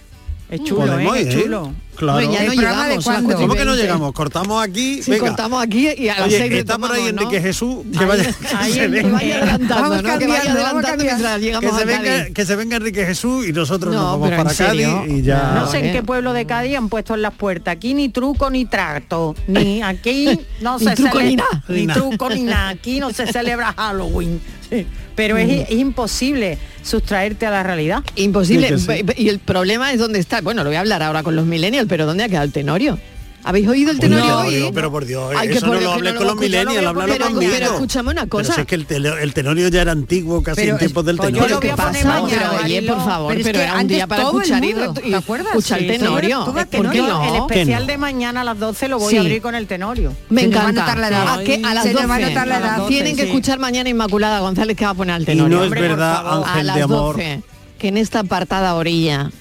[SPEAKER 16] Es chulo, ¿eh?
[SPEAKER 14] Podemos
[SPEAKER 16] Es
[SPEAKER 14] ir, ¿eh?
[SPEAKER 16] chulo.
[SPEAKER 14] Claro.
[SPEAKER 13] Hombre, ya no
[SPEAKER 15] ¿El programa de
[SPEAKER 13] llegamos, son las
[SPEAKER 15] cuándo?
[SPEAKER 13] cuatro y
[SPEAKER 14] ¿Cómo que no
[SPEAKER 13] veinte.
[SPEAKER 14] llegamos? Cortamos aquí,
[SPEAKER 13] Sí,
[SPEAKER 14] venga.
[SPEAKER 13] cortamos aquí y a las
[SPEAKER 14] Oye,
[SPEAKER 13] 6 de
[SPEAKER 14] está por ahí Enrique Jesús, que vaya, que
[SPEAKER 16] ahí
[SPEAKER 14] se
[SPEAKER 16] en-
[SPEAKER 14] venga.
[SPEAKER 13] Vaya adelantando,
[SPEAKER 15] Vamos
[SPEAKER 13] ¿no? Que vaya
[SPEAKER 15] cambiando, vamos
[SPEAKER 13] adelantando mientras
[SPEAKER 15] cambiando.
[SPEAKER 13] llegamos
[SPEAKER 14] Que se,
[SPEAKER 13] a Cádiz.
[SPEAKER 14] venga, que se venga Enrique Jesús y nosotros
[SPEAKER 13] No,
[SPEAKER 14] nos vamos
[SPEAKER 13] pero en
[SPEAKER 14] para Cádiz
[SPEAKER 13] serio.
[SPEAKER 14] y ya.
[SPEAKER 16] No sé en
[SPEAKER 13] bien.
[SPEAKER 16] qué pueblo de Cádiz han puesto en las puertas. Aquí ni truco ni trato. Ni aquí no
[SPEAKER 13] Ni
[SPEAKER 16] se
[SPEAKER 13] truco
[SPEAKER 16] cele-
[SPEAKER 13] ni nada.
[SPEAKER 16] Ni truco ni nada. Aquí no se celebra Halloween. Sí. Pero
[SPEAKER 13] Mm.
[SPEAKER 16] es, es imposible sustraerte a la realidad.
[SPEAKER 13] Imposible.
[SPEAKER 14] Sí, que sí.
[SPEAKER 13] Ve- ve- Y el problema es dónde está. Bueno, lo voy a hablar ahora con los millennials, pero ¿dónde ha quedado el Tenorio? ¿Habéis oído el
[SPEAKER 14] Uy,
[SPEAKER 13] Tenorio
[SPEAKER 14] no,
[SPEAKER 13] hoy?
[SPEAKER 14] digo, pero por Dios,
[SPEAKER 13] Ay, que
[SPEAKER 14] eso
[SPEAKER 13] por
[SPEAKER 14] no
[SPEAKER 13] Dios, no
[SPEAKER 10] que no
[SPEAKER 14] lo hables
[SPEAKER 10] lo
[SPEAKER 14] con los
[SPEAKER 10] escucho, no lo voy a
[SPEAKER 14] millennials, háblalo
[SPEAKER 13] Pero,
[SPEAKER 14] conmigo.
[SPEAKER 13] pero escúchame una
[SPEAKER 14] Pero
[SPEAKER 13] cosa.
[SPEAKER 14] si es que el, telo- el tenorio ya era antiguo, casi
[SPEAKER 15] Pero
[SPEAKER 14] en
[SPEAKER 15] es-
[SPEAKER 14] tiempos del
[SPEAKER 16] pues yo
[SPEAKER 14] tenorio.
[SPEAKER 16] lo voy a
[SPEAKER 13] ¿Qué
[SPEAKER 16] poner
[SPEAKER 13] pasa?
[SPEAKER 16] mañana,
[SPEAKER 13] Pero, oye,
[SPEAKER 16] Marilo.
[SPEAKER 13] por favor,
[SPEAKER 15] Pero
[SPEAKER 13] pero,
[SPEAKER 15] es que
[SPEAKER 13] era un
[SPEAKER 15] antes
[SPEAKER 13] día para
[SPEAKER 15] todo el
[SPEAKER 13] escuchar y,
[SPEAKER 15] mundo,
[SPEAKER 13] y
[SPEAKER 15] ¿te acuerdas?
[SPEAKER 13] escuchar
[SPEAKER 15] Sí,
[SPEAKER 13] el Tenorio.
[SPEAKER 15] todo el
[SPEAKER 13] ¿Por qué
[SPEAKER 15] Tenorio,
[SPEAKER 13] no?
[SPEAKER 16] El especial
[SPEAKER 14] no?
[SPEAKER 16] de mañana a las 12 lo voy
[SPEAKER 14] Sí.
[SPEAKER 16] a abrir con el Tenorio.
[SPEAKER 13] Me
[SPEAKER 15] Se nos va a
[SPEAKER 13] encanta.
[SPEAKER 15] notar la edad.
[SPEAKER 13] ¿A qué? A las
[SPEAKER 15] Se nos va a
[SPEAKER 13] 12.
[SPEAKER 15] notar la
[SPEAKER 13] A las
[SPEAKER 15] edad.
[SPEAKER 13] 12, Tienen que
[SPEAKER 16] sí.
[SPEAKER 13] escuchar mañana Inmaculada González que va a poner al
[SPEAKER 14] Y
[SPEAKER 13] Tenorio.
[SPEAKER 14] no es
[SPEAKER 16] Hombre, por
[SPEAKER 14] verdad,
[SPEAKER 16] favor.
[SPEAKER 13] a
[SPEAKER 14] Ángel de
[SPEAKER 13] las
[SPEAKER 14] Amor.
[SPEAKER 13] 12, que en esta apartada orilla.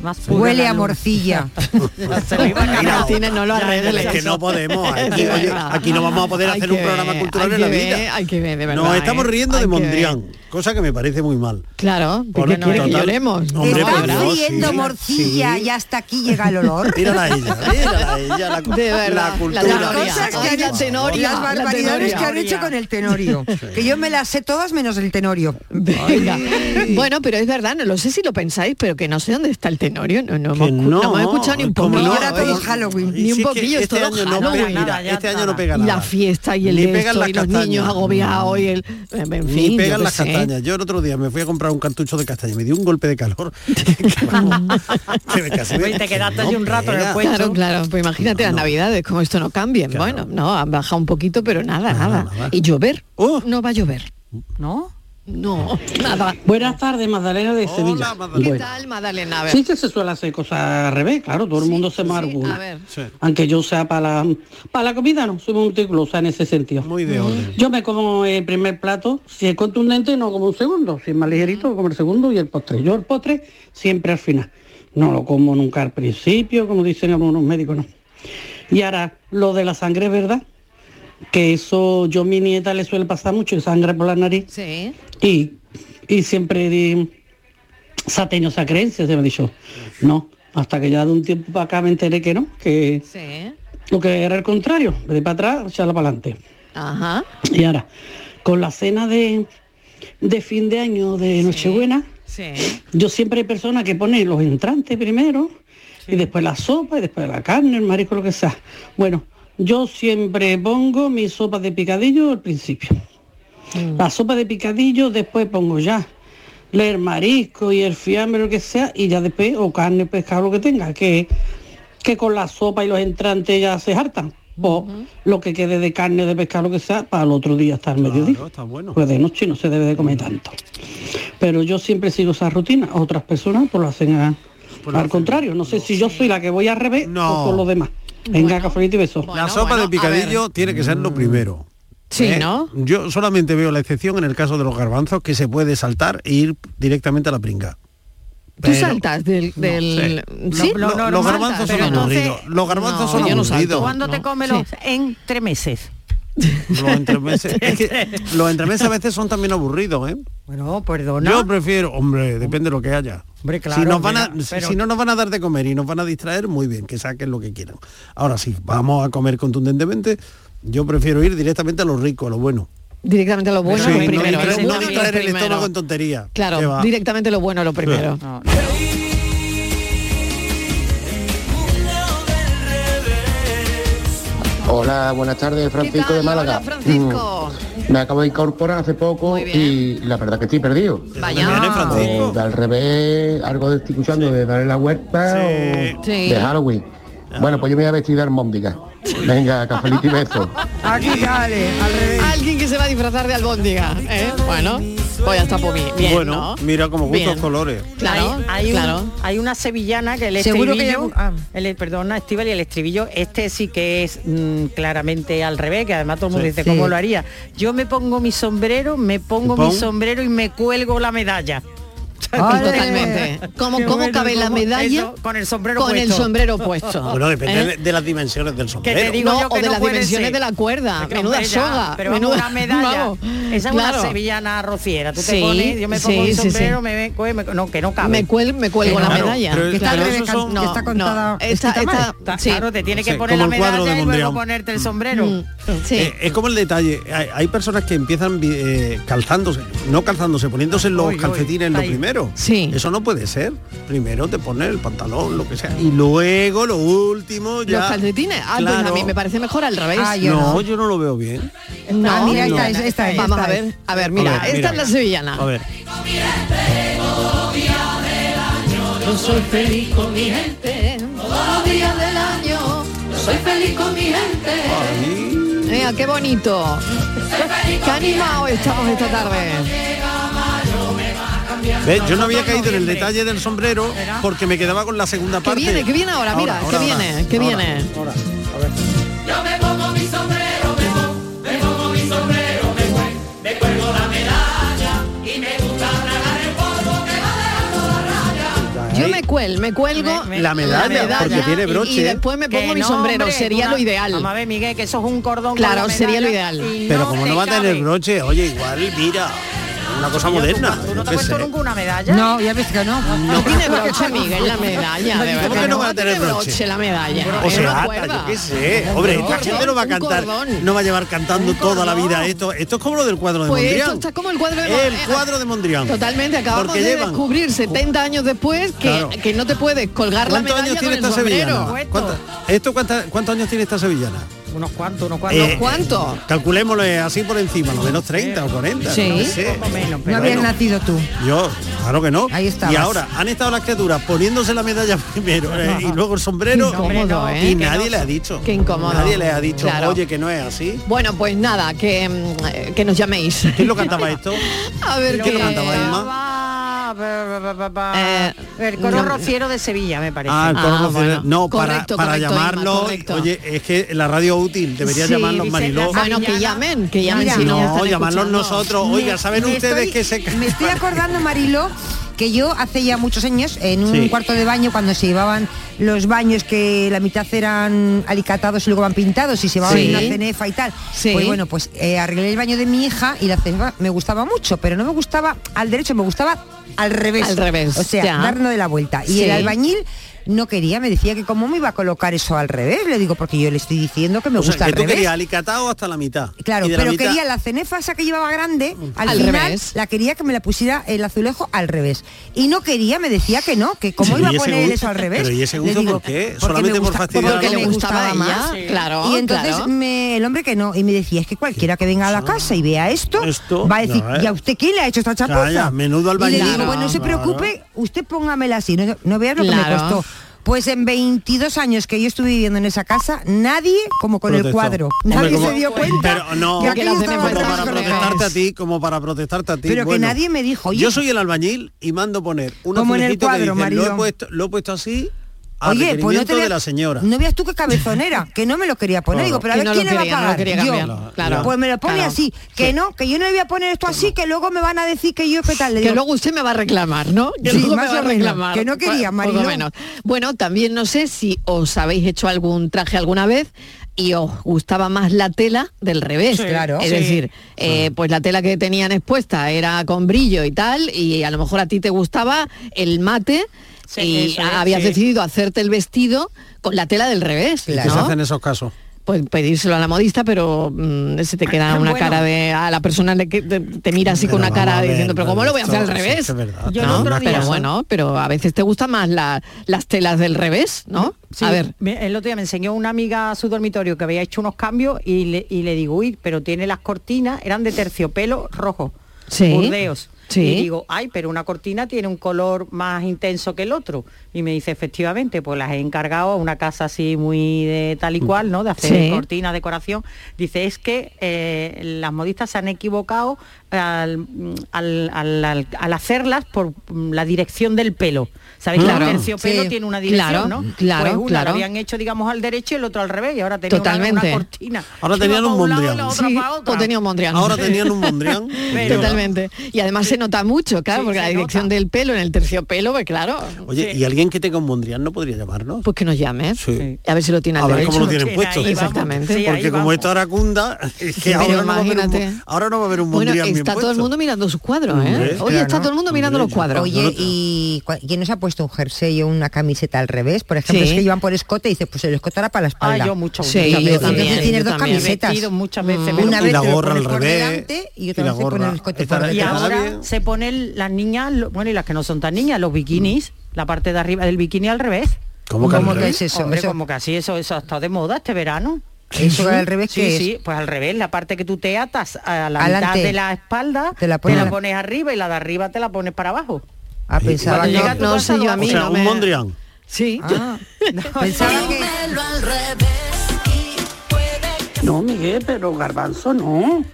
[SPEAKER 16] Más pura
[SPEAKER 15] Huele
[SPEAKER 16] la
[SPEAKER 15] a
[SPEAKER 16] luz.
[SPEAKER 15] morcilla.
[SPEAKER 16] Se me iba a
[SPEAKER 14] Mira,
[SPEAKER 16] acabar.
[SPEAKER 13] Martínez, no lo arregles.
[SPEAKER 14] Es que no podemos. Aquí,
[SPEAKER 13] Es
[SPEAKER 14] oye,
[SPEAKER 13] verdad.
[SPEAKER 14] aquí no vamos a poder
[SPEAKER 13] Hay
[SPEAKER 10] Hay
[SPEAKER 14] hacer
[SPEAKER 13] que
[SPEAKER 14] un programa
[SPEAKER 13] ver,
[SPEAKER 14] cultural
[SPEAKER 13] hay
[SPEAKER 14] en la
[SPEAKER 13] que ver,
[SPEAKER 14] vida.
[SPEAKER 13] Hay que ver, de verdad.
[SPEAKER 14] Nos estamos
[SPEAKER 13] ¿eh?
[SPEAKER 14] riendo
[SPEAKER 13] Hay
[SPEAKER 14] de
[SPEAKER 13] que ver.
[SPEAKER 14] Mondrian, cosa que me parece muy mal.
[SPEAKER 13] Claro, ¿por
[SPEAKER 14] Por
[SPEAKER 13] qué quiere que
[SPEAKER 14] total-
[SPEAKER 13] lloremos?
[SPEAKER 14] No, hombre,
[SPEAKER 15] Está
[SPEAKER 14] por Dios,
[SPEAKER 15] friendo
[SPEAKER 14] sí.
[SPEAKER 15] morcilla
[SPEAKER 14] Sí.
[SPEAKER 15] y hasta aquí llega el olor.
[SPEAKER 14] Mírala a ella, mírala a ella, la, cu-
[SPEAKER 13] De verdad,
[SPEAKER 14] la
[SPEAKER 13] la
[SPEAKER 14] cultura.
[SPEAKER 13] tenoria.
[SPEAKER 15] Las cosas que
[SPEAKER 13] Ay,
[SPEAKER 15] han
[SPEAKER 13] la
[SPEAKER 15] hecho-
[SPEAKER 13] tenoria,
[SPEAKER 15] las
[SPEAKER 13] la
[SPEAKER 15] barbaridades
[SPEAKER 13] tenoria.
[SPEAKER 15] que han hecho con el tenorio. Que yo me las sé todas menos el tenorio.
[SPEAKER 13] Venga. Bueno, pero es verdad, no lo sé si lo pensáis, pero que no sé dónde está el tenorio. No, no, hemos,
[SPEAKER 14] Que
[SPEAKER 13] escu- no hemos
[SPEAKER 14] no,
[SPEAKER 13] escuchado ni un
[SPEAKER 14] como
[SPEAKER 13] poquillo.
[SPEAKER 15] no,
[SPEAKER 13] ¿eh?
[SPEAKER 15] ahora todo es Halloween.
[SPEAKER 14] Y
[SPEAKER 13] Ni un
[SPEAKER 14] si es que
[SPEAKER 13] poquillo, es
[SPEAKER 14] este
[SPEAKER 13] todo
[SPEAKER 14] año no
[SPEAKER 13] Halloween.
[SPEAKER 14] pega,
[SPEAKER 16] nada,
[SPEAKER 14] mira,
[SPEAKER 16] ya
[SPEAKER 14] este
[SPEAKER 16] está.
[SPEAKER 14] año no pega
[SPEAKER 13] Y la
[SPEAKER 14] nada.
[SPEAKER 13] fiesta y el
[SPEAKER 14] Ni
[SPEAKER 13] esto,
[SPEAKER 14] pegan las
[SPEAKER 13] y los niños
[SPEAKER 14] castañas.
[SPEAKER 13] agobiados y el en fin
[SPEAKER 14] Ni
[SPEAKER 13] yo qué
[SPEAKER 14] pegan las
[SPEAKER 13] sé.
[SPEAKER 14] castañas. Yo el otro día me fui a comprar un cartucho de castaña. y Me dio un golpe de calor. que, vamos, que me casé.
[SPEAKER 16] Oye, te quedaste allí un rato en el
[SPEAKER 14] pega.
[SPEAKER 16] puente.
[SPEAKER 13] Claro, claro, pues imagínate las navidades, como esto no cambia.
[SPEAKER 14] Claro.
[SPEAKER 13] Bueno, no, han bajado un poquito, pero nada, nada.
[SPEAKER 14] nada.
[SPEAKER 13] Y llover,
[SPEAKER 14] Oh.
[SPEAKER 13] no va a llover.
[SPEAKER 16] ¿No?
[SPEAKER 13] No, nada.
[SPEAKER 19] Buenas tardes, Magdalena de
[SPEAKER 14] Hola,
[SPEAKER 19] Sevilla.
[SPEAKER 14] Magdalena.
[SPEAKER 13] ¿Qué
[SPEAKER 19] Bueno,
[SPEAKER 13] tal, Madalena? A ver.
[SPEAKER 19] sí que se suele hacer cosas al revés, claro, todo el mundo se
[SPEAKER 13] a
[SPEAKER 19] margula.
[SPEAKER 13] ver.
[SPEAKER 14] Sí,
[SPEAKER 19] Aunque yo sea para la, para la comida, no, soy muy meticulosa en ese sentido.
[SPEAKER 14] muy de orden.
[SPEAKER 19] Yo me como el primer plato, si es contundente no como un segundo, si es más ligerito como el segundo y el postre. Yo el postre siempre al final. No lo como nunca al principio, como dicen algunos médicos, no. Y ahora, lo de la sangre es verdad, que eso yo a mi nieta le suele pasar mucho, sangre por la nariz.
[SPEAKER 13] Sí.
[SPEAKER 19] Y, y siempre di- se ha tenido esa creencia, se me ha dicho, no, hasta que ya de un tiempo para acá me enteré que no, que
[SPEAKER 13] Sí.
[SPEAKER 19] lo que era el contrario, de para atrás, echarla para adelante.
[SPEAKER 13] Ajá.
[SPEAKER 19] Y ahora, con la cena de, de fin de año de Nochebuena,
[SPEAKER 13] Sí.
[SPEAKER 19] yo siempre hay personas que ponen los entrantes primero, y después la sopa, y después la carne, el marisco, lo que sea. Bueno, Yo siempre pongo mi sopa de picadillo al principio. La sopa de picadillo después pongo ya el marisco y el fiambre, lo que sea, y ya después, o carne, pescado, lo que tenga, que, que con la sopa y los entrantes ya se hartan. O lo que quede de carne, de pescado, lo que sea, para el otro día hasta el mediodía. Pues de noche no se debe de comer tanto. Pero yo siempre sigo esa rutina, otras personas pues lo hacen a-
[SPEAKER 14] lo
[SPEAKER 19] al
[SPEAKER 14] hacen.
[SPEAKER 19] contrario. No sé si yo soy la que voy al revés o con los demás. Venga, cafelito y besos.
[SPEAKER 14] La sopa de picadillo tiene que ser
[SPEAKER 13] Mm.
[SPEAKER 14] lo primero.
[SPEAKER 19] Sí,
[SPEAKER 14] ¿eh?
[SPEAKER 19] ¿no?
[SPEAKER 14] Yo solamente veo la excepción en el caso de los garbanzos que se puede saltar e ir directamente a la pringa.
[SPEAKER 13] Tú
[SPEAKER 14] Pero-
[SPEAKER 13] saltas del... del
[SPEAKER 14] Lo-
[SPEAKER 13] ¿sí?
[SPEAKER 14] lo- los garbanzos son aburridos. Los garbanzos son aburridos.
[SPEAKER 16] ¿Cuándo te comes los entre meses?
[SPEAKER 14] Los entremeses, es que los entremeses a veces son también aburridos, ¿eh?
[SPEAKER 16] Bueno, perdona.
[SPEAKER 14] Yo prefiero, hombre, depende de lo que haya.
[SPEAKER 16] Hombre, claro,
[SPEAKER 14] si, nos van a-
[SPEAKER 16] mira,
[SPEAKER 14] si-
[SPEAKER 16] pero-
[SPEAKER 14] si no nos van a dar de comer y nos van a distraer, muy bien, que saquen lo que quieran. Ahora sí, vamos a comer contundentemente. Yo prefiero ir directamente a lo rico, a lo bueno.
[SPEAKER 13] Directamente lo bueno,
[SPEAKER 14] Sí,
[SPEAKER 13] lo
[SPEAKER 14] no
[SPEAKER 13] primero.
[SPEAKER 14] distraer-
[SPEAKER 13] lo
[SPEAKER 14] no
[SPEAKER 13] bueno, lo
[SPEAKER 14] distraer el
[SPEAKER 13] primero.
[SPEAKER 14] estómago en tontería. Que
[SPEAKER 13] Claro,
[SPEAKER 14] va.
[SPEAKER 13] directamente lo bueno, lo primero.
[SPEAKER 6] Hola, buenas tardes, Francisco de Málaga.
[SPEAKER 13] Francisco.
[SPEAKER 6] Mm, Me acabo de incorporar hace poco y la verdad que estoy perdido.
[SPEAKER 14] ¿eh,
[SPEAKER 6] O de al revés, algo de estoy escuchando de darle la huerta o
[SPEAKER 13] Sí.
[SPEAKER 6] de Halloween.
[SPEAKER 14] Ah.
[SPEAKER 6] Bueno, pues yo me voy a vestir de almóndiga. Venga, cafelito y besos.
[SPEAKER 13] Aquí sale, al revés. Alguien que se va a disfrazar de albóndiga. ¿eh? Bueno, voy hasta por mí. Bien,
[SPEAKER 14] bueno,
[SPEAKER 13] ¿no?
[SPEAKER 14] mira como gustos
[SPEAKER 13] Bien.
[SPEAKER 14] colores.
[SPEAKER 13] Claro,
[SPEAKER 16] hay, hay un-
[SPEAKER 13] claro.
[SPEAKER 16] hay una sevillana que el
[SPEAKER 13] Seguro que
[SPEAKER 16] estribillo,
[SPEAKER 13] ya- ah.
[SPEAKER 16] el, perdona, Estíbal, y el estribillo, este sí que es mm, claramente al revés, que además todo el mundo
[SPEAKER 13] Sí.
[SPEAKER 16] dice,
[SPEAKER 13] Sí.
[SPEAKER 16] ¿cómo lo haría? Yo me pongo mi sombrero, me pongo mi
[SPEAKER 13] pon? Ah,
[SPEAKER 16] sombrero y me cuelgo la medalla.
[SPEAKER 13] ¡Ale! Totalmente. ¿Cómo-
[SPEAKER 16] Qué
[SPEAKER 13] cómo cabe la
[SPEAKER 16] ¿cómo?
[SPEAKER 13] medalla?
[SPEAKER 16] Eso, con el sombrero
[SPEAKER 13] Con el
[SPEAKER 16] puesto.
[SPEAKER 13] sombrero puesto.
[SPEAKER 14] Bueno, depende
[SPEAKER 13] ¿Eh?
[SPEAKER 14] de, de las dimensiones del sombrero.
[SPEAKER 16] digo
[SPEAKER 13] No,
[SPEAKER 16] yo que
[SPEAKER 13] o de
[SPEAKER 16] no
[SPEAKER 13] las
[SPEAKER 16] puede
[SPEAKER 13] dimensiones
[SPEAKER 16] ser.
[SPEAKER 13] de la cuerda.
[SPEAKER 16] Hombre,
[SPEAKER 13] menuda
[SPEAKER 16] ya,
[SPEAKER 13] soga.
[SPEAKER 16] Pero
[SPEAKER 13] menuda
[SPEAKER 16] menuda, una medalla.
[SPEAKER 13] vamos.
[SPEAKER 16] Esa es
[SPEAKER 13] Claro.
[SPEAKER 16] una sevillana rociera. Tú
[SPEAKER 13] Sí,
[SPEAKER 16] te pones, yo me pongo
[SPEAKER 13] sí,
[SPEAKER 16] el
[SPEAKER 13] sí, sí.
[SPEAKER 16] sombrero, me, me- me- no, que no cabe.
[SPEAKER 13] Me, cuel- me cuelgo
[SPEAKER 14] Eh,
[SPEAKER 16] Que
[SPEAKER 13] la
[SPEAKER 16] no.
[SPEAKER 13] medalla.
[SPEAKER 16] Eh, Pero-
[SPEAKER 13] Que está
[SPEAKER 16] pero
[SPEAKER 13] al revés,
[SPEAKER 16] esos son-
[SPEAKER 13] no,
[SPEAKER 16] que está contada-
[SPEAKER 13] no. Está-
[SPEAKER 16] escrita mal.
[SPEAKER 13] está-
[SPEAKER 16] Está-
[SPEAKER 13] sí. Mm.
[SPEAKER 16] Claro, te tiene que
[SPEAKER 14] Sí,
[SPEAKER 16] poner la
[SPEAKER 14] como el cuadro
[SPEAKER 16] medalla
[SPEAKER 14] de
[SPEAKER 16] y luego
[SPEAKER 14] Mondrian.
[SPEAKER 16] ponerte el sombrero.
[SPEAKER 13] Eh,
[SPEAKER 14] es como el detalle. Hay, hay personas que empiezan vi- eh, calzándose, no calzándose, poniéndose los
[SPEAKER 13] uy,
[SPEAKER 14] calcetines lo
[SPEAKER 13] ahí.
[SPEAKER 14] primero. Eso no puede ser. Primero te pones el pantalón, lo que sea. Y luego, lo último, ya.
[SPEAKER 13] Los calcetines. Ah, pues
[SPEAKER 14] Claro.
[SPEAKER 13] a mí me parece mejor al revés.
[SPEAKER 14] no, Ah, yo no lo veo bien.
[SPEAKER 13] No,
[SPEAKER 14] Ah, mira,
[SPEAKER 13] no.
[SPEAKER 14] esta es,
[SPEAKER 13] Vamos
[SPEAKER 14] esta es, esta
[SPEAKER 13] a
[SPEAKER 14] es.
[SPEAKER 13] ver, a ver, mira,
[SPEAKER 14] A ver,
[SPEAKER 13] esta
[SPEAKER 14] mira.
[SPEAKER 13] es la sevillana.
[SPEAKER 14] A ver.
[SPEAKER 13] Yo soy feliz con mi gente, todos los días del año. Yo soy feliz con mi gente. Mira, qué bonito. Qué animado estamos esta tarde.
[SPEAKER 14] ¿Ves? Yo no había caído en el detalle del sombrero porque me quedaba con la segunda
[SPEAKER 13] Que
[SPEAKER 14] parte.
[SPEAKER 13] viene, que viene ahora, mira, que viene, que
[SPEAKER 14] ahora,
[SPEAKER 13] viene.
[SPEAKER 14] ahora.
[SPEAKER 18] Yo me pongo mi sombrero, me pongo, me pongo mi sombrero, me, cue- me cuelgo la medalla y me gusta tragar el polvo que va dejando la raya.
[SPEAKER 13] Yo me cuel, me cuelgo
[SPEAKER 14] La medalla, porque tiene
[SPEAKER 13] y-
[SPEAKER 14] broche.
[SPEAKER 13] Y, después me
[SPEAKER 16] Que
[SPEAKER 13] pongo mi
[SPEAKER 16] eh, no,
[SPEAKER 13] sombrero,
[SPEAKER 16] hombre,
[SPEAKER 13] sería
[SPEAKER 16] una-
[SPEAKER 13] lo ideal.
[SPEAKER 16] Vamos a ver, Miguel, que eso es un cordón.
[SPEAKER 13] Claro,
[SPEAKER 16] con la
[SPEAKER 13] sería lo
[SPEAKER 16] medalla
[SPEAKER 13] ideal.
[SPEAKER 16] y
[SPEAKER 14] Pero
[SPEAKER 16] no
[SPEAKER 14] como
[SPEAKER 16] te
[SPEAKER 14] no va a tener
[SPEAKER 16] cabe.
[SPEAKER 14] broche, oye, igual, mira, una cosa
[SPEAKER 16] Yo, ¿tú-
[SPEAKER 14] moderna.
[SPEAKER 16] ¿Tú no te
[SPEAKER 14] yo qué
[SPEAKER 16] has puesto
[SPEAKER 14] sé.
[SPEAKER 16] nunca una medalla? No,
[SPEAKER 13] ya ves que no. No tiene broche, Miguel, la medalla. De verdad.
[SPEAKER 14] ¿Cómo que no va a
[SPEAKER 13] tiene
[SPEAKER 14] tener broche? eh,
[SPEAKER 13] la medalla.
[SPEAKER 14] O
[SPEAKER 13] Es una
[SPEAKER 14] sea,
[SPEAKER 13] cuerda.
[SPEAKER 14] yo qué sé. Hombre, esta
[SPEAKER 13] cordón,
[SPEAKER 14] gente no va a
[SPEAKER 13] un
[SPEAKER 14] cantar,
[SPEAKER 13] cordón.
[SPEAKER 14] no va a llevar cantando toda la vida esto. Esto es como lo del cuadro de
[SPEAKER 13] Pues esto
[SPEAKER 14] Mondrian.
[SPEAKER 13] está como el cuadro de
[SPEAKER 14] El
[SPEAKER 13] Mondrian.
[SPEAKER 14] cuadro de Mondrian.
[SPEAKER 13] Totalmente, acabamos
[SPEAKER 14] Porque
[SPEAKER 13] de
[SPEAKER 14] llevan-
[SPEAKER 13] descubrir 70 años después que,
[SPEAKER 14] Claro.
[SPEAKER 13] que no te puedes colgar la
[SPEAKER 14] ¿Cuántos
[SPEAKER 13] medalla
[SPEAKER 14] años tiene
[SPEAKER 13] con el
[SPEAKER 14] esta sevillana?
[SPEAKER 13] sombrero.
[SPEAKER 14] ¿Cuánta- ¿Esto cuánta- cuántos años tiene esta sevillana?
[SPEAKER 16] Unos cuantos,
[SPEAKER 14] Eh,
[SPEAKER 16] unos
[SPEAKER 13] cuantos. ¿Unos cuantos?
[SPEAKER 14] Calculémosle así por encima, lo menos 30 o 40.
[SPEAKER 15] Sí.
[SPEAKER 14] no sé.
[SPEAKER 15] No habías nacido tú.
[SPEAKER 14] Yo, claro que no. Ahí
[SPEAKER 15] estabas.
[SPEAKER 14] Y ahora han estado las criaturas poniéndose la medalla primero eh, y luego el sombrero.
[SPEAKER 13] Qué incómodo, ¿eh?
[SPEAKER 14] Y
[SPEAKER 13] Que
[SPEAKER 14] nadie
[SPEAKER 13] no-
[SPEAKER 14] le ha dicho.
[SPEAKER 13] qué incómodo.
[SPEAKER 14] Nadie le ha dicho,
[SPEAKER 13] Claro.
[SPEAKER 14] oye, que no es así.
[SPEAKER 13] Bueno, pues nada, que, mm, eh, que nos llaméis.
[SPEAKER 14] ¿Quién lo cantaba esto?
[SPEAKER 13] A ver
[SPEAKER 14] ¿Quién
[SPEAKER 13] qué... Eh,
[SPEAKER 14] lo cantaba, Inma?
[SPEAKER 16] Ah, ba, ba, ba, ba. el coro
[SPEAKER 14] no.
[SPEAKER 16] rociero de Sevilla, me parece.
[SPEAKER 14] Ah, el coro rociero. No,
[SPEAKER 13] Correcto,
[SPEAKER 14] para, para
[SPEAKER 13] correcto,
[SPEAKER 14] llamarlo.
[SPEAKER 13] Inma, correcto.
[SPEAKER 14] oye, es que la radio útil debería
[SPEAKER 13] Sí,
[SPEAKER 14] llamarnos
[SPEAKER 13] dice la
[SPEAKER 14] Mariló.
[SPEAKER 13] Bueno, que llamen, que llamen
[SPEAKER 15] Mira.
[SPEAKER 13] si no,
[SPEAKER 14] No,
[SPEAKER 13] ya están
[SPEAKER 14] llamarlos
[SPEAKER 13] escuchando.
[SPEAKER 14] nosotros. Oiga, ¿saben
[SPEAKER 15] Me
[SPEAKER 14] ustedes
[SPEAKER 15] estoy-
[SPEAKER 14] que se
[SPEAKER 15] Me estoy acordando, Marilo, que yo hace ya muchos años, en un
[SPEAKER 14] Sí.
[SPEAKER 15] cuarto de baño, cuando se llevaban los baños que la mitad eran alicatados y luego van pintados y se llevaban
[SPEAKER 13] Sí.
[SPEAKER 15] una cenefa y tal.
[SPEAKER 13] Sí.
[SPEAKER 15] Pues bueno, pues eh, arreglé el baño de mi hija y la cenefa me gustaba mucho, pero no me gustaba al derecho, me gustaba al revés.
[SPEAKER 13] Al revés,
[SPEAKER 15] O sea,
[SPEAKER 13] ya.
[SPEAKER 15] darnos de la vuelta. Y
[SPEAKER 13] Sí.
[SPEAKER 15] el albañil no quería, me decía que cómo me iba a colocar eso al revés. Le digo, porque yo le estoy diciendo que me
[SPEAKER 14] O sea,
[SPEAKER 15] gusta
[SPEAKER 14] que
[SPEAKER 15] al
[SPEAKER 14] tú
[SPEAKER 15] revés.
[SPEAKER 14] querías alicatado hasta la mitad.
[SPEAKER 15] Claro,
[SPEAKER 14] Y de la
[SPEAKER 15] pero
[SPEAKER 14] mitad-
[SPEAKER 15] quería la cenefa esa que llevaba grande, al,
[SPEAKER 14] Al
[SPEAKER 15] final
[SPEAKER 14] revés.
[SPEAKER 15] la quería que me la pusiera el azulejo al revés. Y no quería, me decía que no, que cómo
[SPEAKER 14] Pero
[SPEAKER 15] iba a
[SPEAKER 14] ¿y ese
[SPEAKER 15] poner
[SPEAKER 14] gusto?
[SPEAKER 15] eso al revés.
[SPEAKER 14] Pero ¿y ese
[SPEAKER 15] Le
[SPEAKER 14] gusto
[SPEAKER 15] digo,
[SPEAKER 14] por qué?
[SPEAKER 15] porque
[SPEAKER 14] Solamente
[SPEAKER 15] me
[SPEAKER 14] por
[SPEAKER 15] gusta-
[SPEAKER 14] fastidiar
[SPEAKER 15] porque
[SPEAKER 14] a los
[SPEAKER 15] le
[SPEAKER 14] demás.
[SPEAKER 15] gustaba
[SPEAKER 14] Gustaba
[SPEAKER 15] más.
[SPEAKER 14] ella, sí.
[SPEAKER 13] claro,
[SPEAKER 15] Y entonces
[SPEAKER 13] claro.
[SPEAKER 15] me- el hombre que no, y me decía, es que cualquiera que venga a la casa y vea esto, va a decir,
[SPEAKER 14] no, ¿eh?
[SPEAKER 15] ¿y a usted quién le ha hecho esta chapuza?
[SPEAKER 14] Calla, menudo
[SPEAKER 15] Y
[SPEAKER 14] albañil.
[SPEAKER 15] le digo,
[SPEAKER 14] Claro,
[SPEAKER 15] bueno, no se
[SPEAKER 14] claro.
[SPEAKER 15] preocupe, usted póngamela así, no, no veas lo que me
[SPEAKER 13] Claro.
[SPEAKER 15] costó. Pues en 22 años que yo estuve viviendo en esa casa, nadie, como con el
[SPEAKER 14] Protestó.
[SPEAKER 15] cuadro,
[SPEAKER 14] Hombre,
[SPEAKER 15] nadie
[SPEAKER 14] como-
[SPEAKER 15] se dio cuenta.
[SPEAKER 14] Pero no,
[SPEAKER 15] que aquello
[SPEAKER 14] como
[SPEAKER 15] estaba
[SPEAKER 14] para
[SPEAKER 15] bastante
[SPEAKER 14] protestarte
[SPEAKER 15] colgado.
[SPEAKER 14] a ti, como para protestarte a ti.
[SPEAKER 15] Pero que
[SPEAKER 14] bueno.
[SPEAKER 15] nadie me dijo, oye,
[SPEAKER 14] Yo soy el albañil y mando poner un
[SPEAKER 15] Como en el
[SPEAKER 14] azulejito
[SPEAKER 15] cuadro,
[SPEAKER 14] que dice, lo he
[SPEAKER 15] marido".
[SPEAKER 14] puesto, lo he puesto así a
[SPEAKER 15] Oye, pues no te
[SPEAKER 14] requerimiento de
[SPEAKER 15] veas,
[SPEAKER 14] la señora.
[SPEAKER 15] No veas tú qué cabezonera, que no me lo quería poner.
[SPEAKER 14] Claro.
[SPEAKER 15] Digo, pero a
[SPEAKER 14] Que
[SPEAKER 15] ver
[SPEAKER 14] no lo
[SPEAKER 15] quién le va a
[SPEAKER 14] quería, no lo
[SPEAKER 15] pagar.
[SPEAKER 14] quería
[SPEAKER 15] Yo.
[SPEAKER 14] cambiar, claro.
[SPEAKER 15] Pues me lo pone
[SPEAKER 13] Claro.
[SPEAKER 15] así, que no, que yo no le voy a poner esto así, que luego me van a decir que yo qué tal. Le
[SPEAKER 13] Que
[SPEAKER 15] digo,
[SPEAKER 13] luego usted me va a reclamar, ¿no? Que
[SPEAKER 15] Sí,
[SPEAKER 13] luego
[SPEAKER 15] más o menos, que no
[SPEAKER 13] Bueno,
[SPEAKER 15] quería,
[SPEAKER 13] poco
[SPEAKER 15] Mariló.
[SPEAKER 13] menos. Bueno, también no sé si os habéis hecho algún traje alguna vez y os gustaba más la tela del revés.
[SPEAKER 15] Sí, claro.
[SPEAKER 13] Es
[SPEAKER 15] sí.
[SPEAKER 13] decir, eh, pues la tela que tenían expuesta era con brillo y tal, y a lo mejor a ti te gustaba el mate y
[SPEAKER 14] eso es,
[SPEAKER 13] habías
[SPEAKER 14] sí.
[SPEAKER 13] decidido hacerte el vestido con la tela del revés.
[SPEAKER 14] ¿Qué se
[SPEAKER 13] ¿no?
[SPEAKER 14] hace en esos casos?
[SPEAKER 13] Pues pedírselo a la modista, pero mm, se te queda una
[SPEAKER 14] Bueno.
[SPEAKER 13] cara de... A la persona le que- te, te mira así con una cara diciendo, pero ¿cómo lo voy a hacer al revés?
[SPEAKER 14] Yo
[SPEAKER 13] ¿No?
[SPEAKER 14] el otro día-
[SPEAKER 13] Pero bueno, pero a veces te gustan más la- las telas del revés, ¿no?
[SPEAKER 16] Sí,
[SPEAKER 13] a ver.
[SPEAKER 16] me- el otro día me enseñó una amiga a su dormitorio que había hecho unos cambios y le, y le digo, uy, pero tiene las cortinas, eran de terciopelo rojo,
[SPEAKER 13] Sí,
[SPEAKER 16] burdeos.
[SPEAKER 13] sí.
[SPEAKER 16] Y digo, ay, pero una cortina tiene un color más intenso que el otro. Y me dice, efectivamente, pues las he encargado a una casa así muy de tal y cual, ¿no? De hacer
[SPEAKER 13] Sí.
[SPEAKER 16] cortinas, decoración. Dice, es que eh, las modistas se han equivocado al, al- al- al- al hacerlas por mm, la dirección del pelo. ¿Sabéis? que
[SPEAKER 13] Claro,
[SPEAKER 16] el terciopelo
[SPEAKER 13] sí.
[SPEAKER 16] tiene una dirección,
[SPEAKER 13] Claro,
[SPEAKER 16] ¿no?
[SPEAKER 13] claro,
[SPEAKER 16] Pues una
[SPEAKER 13] claro.
[SPEAKER 16] la habían hecho, digamos, al derecho y el otro al revés. Y ahora tenían una-
[SPEAKER 13] Totalmente.
[SPEAKER 16] una cortina.
[SPEAKER 14] Ahora
[SPEAKER 16] que
[SPEAKER 14] tenían
[SPEAKER 16] iba
[SPEAKER 14] un
[SPEAKER 16] pa' lado y la
[SPEAKER 14] Mondrian.
[SPEAKER 16] otra
[SPEAKER 13] Sí,
[SPEAKER 16] pa' otra.
[SPEAKER 13] o tenía un Mondrian.
[SPEAKER 14] Ahora tenían un Mondrian. Pero-
[SPEAKER 13] Totalmente. Y además se nota mucho, claro, porque la dirección del pelo en el terciopelo, pues claro.
[SPEAKER 14] Oye, ¿y alguien que tenga un Mondrian no podría llamarnos?
[SPEAKER 13] Pues que nos llame.
[SPEAKER 14] Sí.
[SPEAKER 13] A ver si lo tiene
[SPEAKER 14] A
[SPEAKER 13] al
[SPEAKER 14] ver
[SPEAKER 13] derecho.
[SPEAKER 14] cómo lo tienen
[SPEAKER 13] Sí,
[SPEAKER 14] puesto.
[SPEAKER 13] ahí vamos. Exactamente. Sí, ahí
[SPEAKER 14] Porque como
[SPEAKER 13] vamos.
[SPEAKER 14] esto ahora cunda, es que
[SPEAKER 13] Pero
[SPEAKER 14] ahora no, va a haber un,
[SPEAKER 13] imagínate.
[SPEAKER 14] Mo- ahora no va a haber un
[SPEAKER 13] Bueno,
[SPEAKER 14] Mondrian bien
[SPEAKER 13] está todo el
[SPEAKER 14] puesto.
[SPEAKER 13] mundo mirando sus cuadros, ¿eh?
[SPEAKER 14] Hombre,
[SPEAKER 13] Hoy
[SPEAKER 14] claro,
[SPEAKER 13] está todo el mundo mirando los cuadros.
[SPEAKER 15] Oye, ¿y cua- quién nos ha puesto un jersey o una camiseta al revés? Por ejemplo,
[SPEAKER 13] Sí.
[SPEAKER 15] es que llevan por escote y dices, pues el escote era para la espalda.
[SPEAKER 16] Ah, yo mucho,
[SPEAKER 15] Sí,
[SPEAKER 16] muchas veces
[SPEAKER 15] entonces
[SPEAKER 16] también,
[SPEAKER 15] tienes
[SPEAKER 16] yo
[SPEAKER 15] dos
[SPEAKER 16] también.
[SPEAKER 15] camisetas. Mm.
[SPEAKER 16] Vestido muchas veces,
[SPEAKER 15] Una
[SPEAKER 14] Y
[SPEAKER 15] vez
[SPEAKER 14] la
[SPEAKER 15] te lo
[SPEAKER 14] gorra al
[SPEAKER 15] pones por
[SPEAKER 14] revés.
[SPEAKER 15] delante y
[SPEAKER 14] y
[SPEAKER 15] otra
[SPEAKER 14] la
[SPEAKER 15] vez te pones
[SPEAKER 14] gorra.
[SPEAKER 15] el escote
[SPEAKER 14] Esta-
[SPEAKER 15] por
[SPEAKER 16] Y
[SPEAKER 14] esta-
[SPEAKER 15] detrás.
[SPEAKER 16] ahora se ponen las niñas, lo- bueno, y las que no son tan niñas, los bikinis, la parte de arriba del bikini al revés.
[SPEAKER 14] ¿Cómo que al revés?
[SPEAKER 16] es eso? Hombre, como que así eso, eso ha estado de moda este verano.
[SPEAKER 15] ¿Eso al revés
[SPEAKER 16] Sí,
[SPEAKER 15] qué es?
[SPEAKER 16] sí, pues al revés, la parte que tú te atas a la
[SPEAKER 15] Adelante.
[SPEAKER 16] mitad de la espalda,
[SPEAKER 15] Te la
[SPEAKER 16] te
[SPEAKER 15] pones-
[SPEAKER 16] la pones arriba y la de arriba te la pones para abajo.
[SPEAKER 15] Ah, pensaba
[SPEAKER 14] Cuando
[SPEAKER 15] que-
[SPEAKER 14] llega a tu
[SPEAKER 13] No
[SPEAKER 14] casa
[SPEAKER 13] sé yo,
[SPEAKER 14] lo
[SPEAKER 13] a mí
[SPEAKER 14] haces. O sea,
[SPEAKER 13] no
[SPEAKER 14] un
[SPEAKER 13] me-
[SPEAKER 14] Mondrian.
[SPEAKER 13] Sí.
[SPEAKER 15] Ah, pensaba que...
[SPEAKER 19] No, Miguel, pero garbanzo no.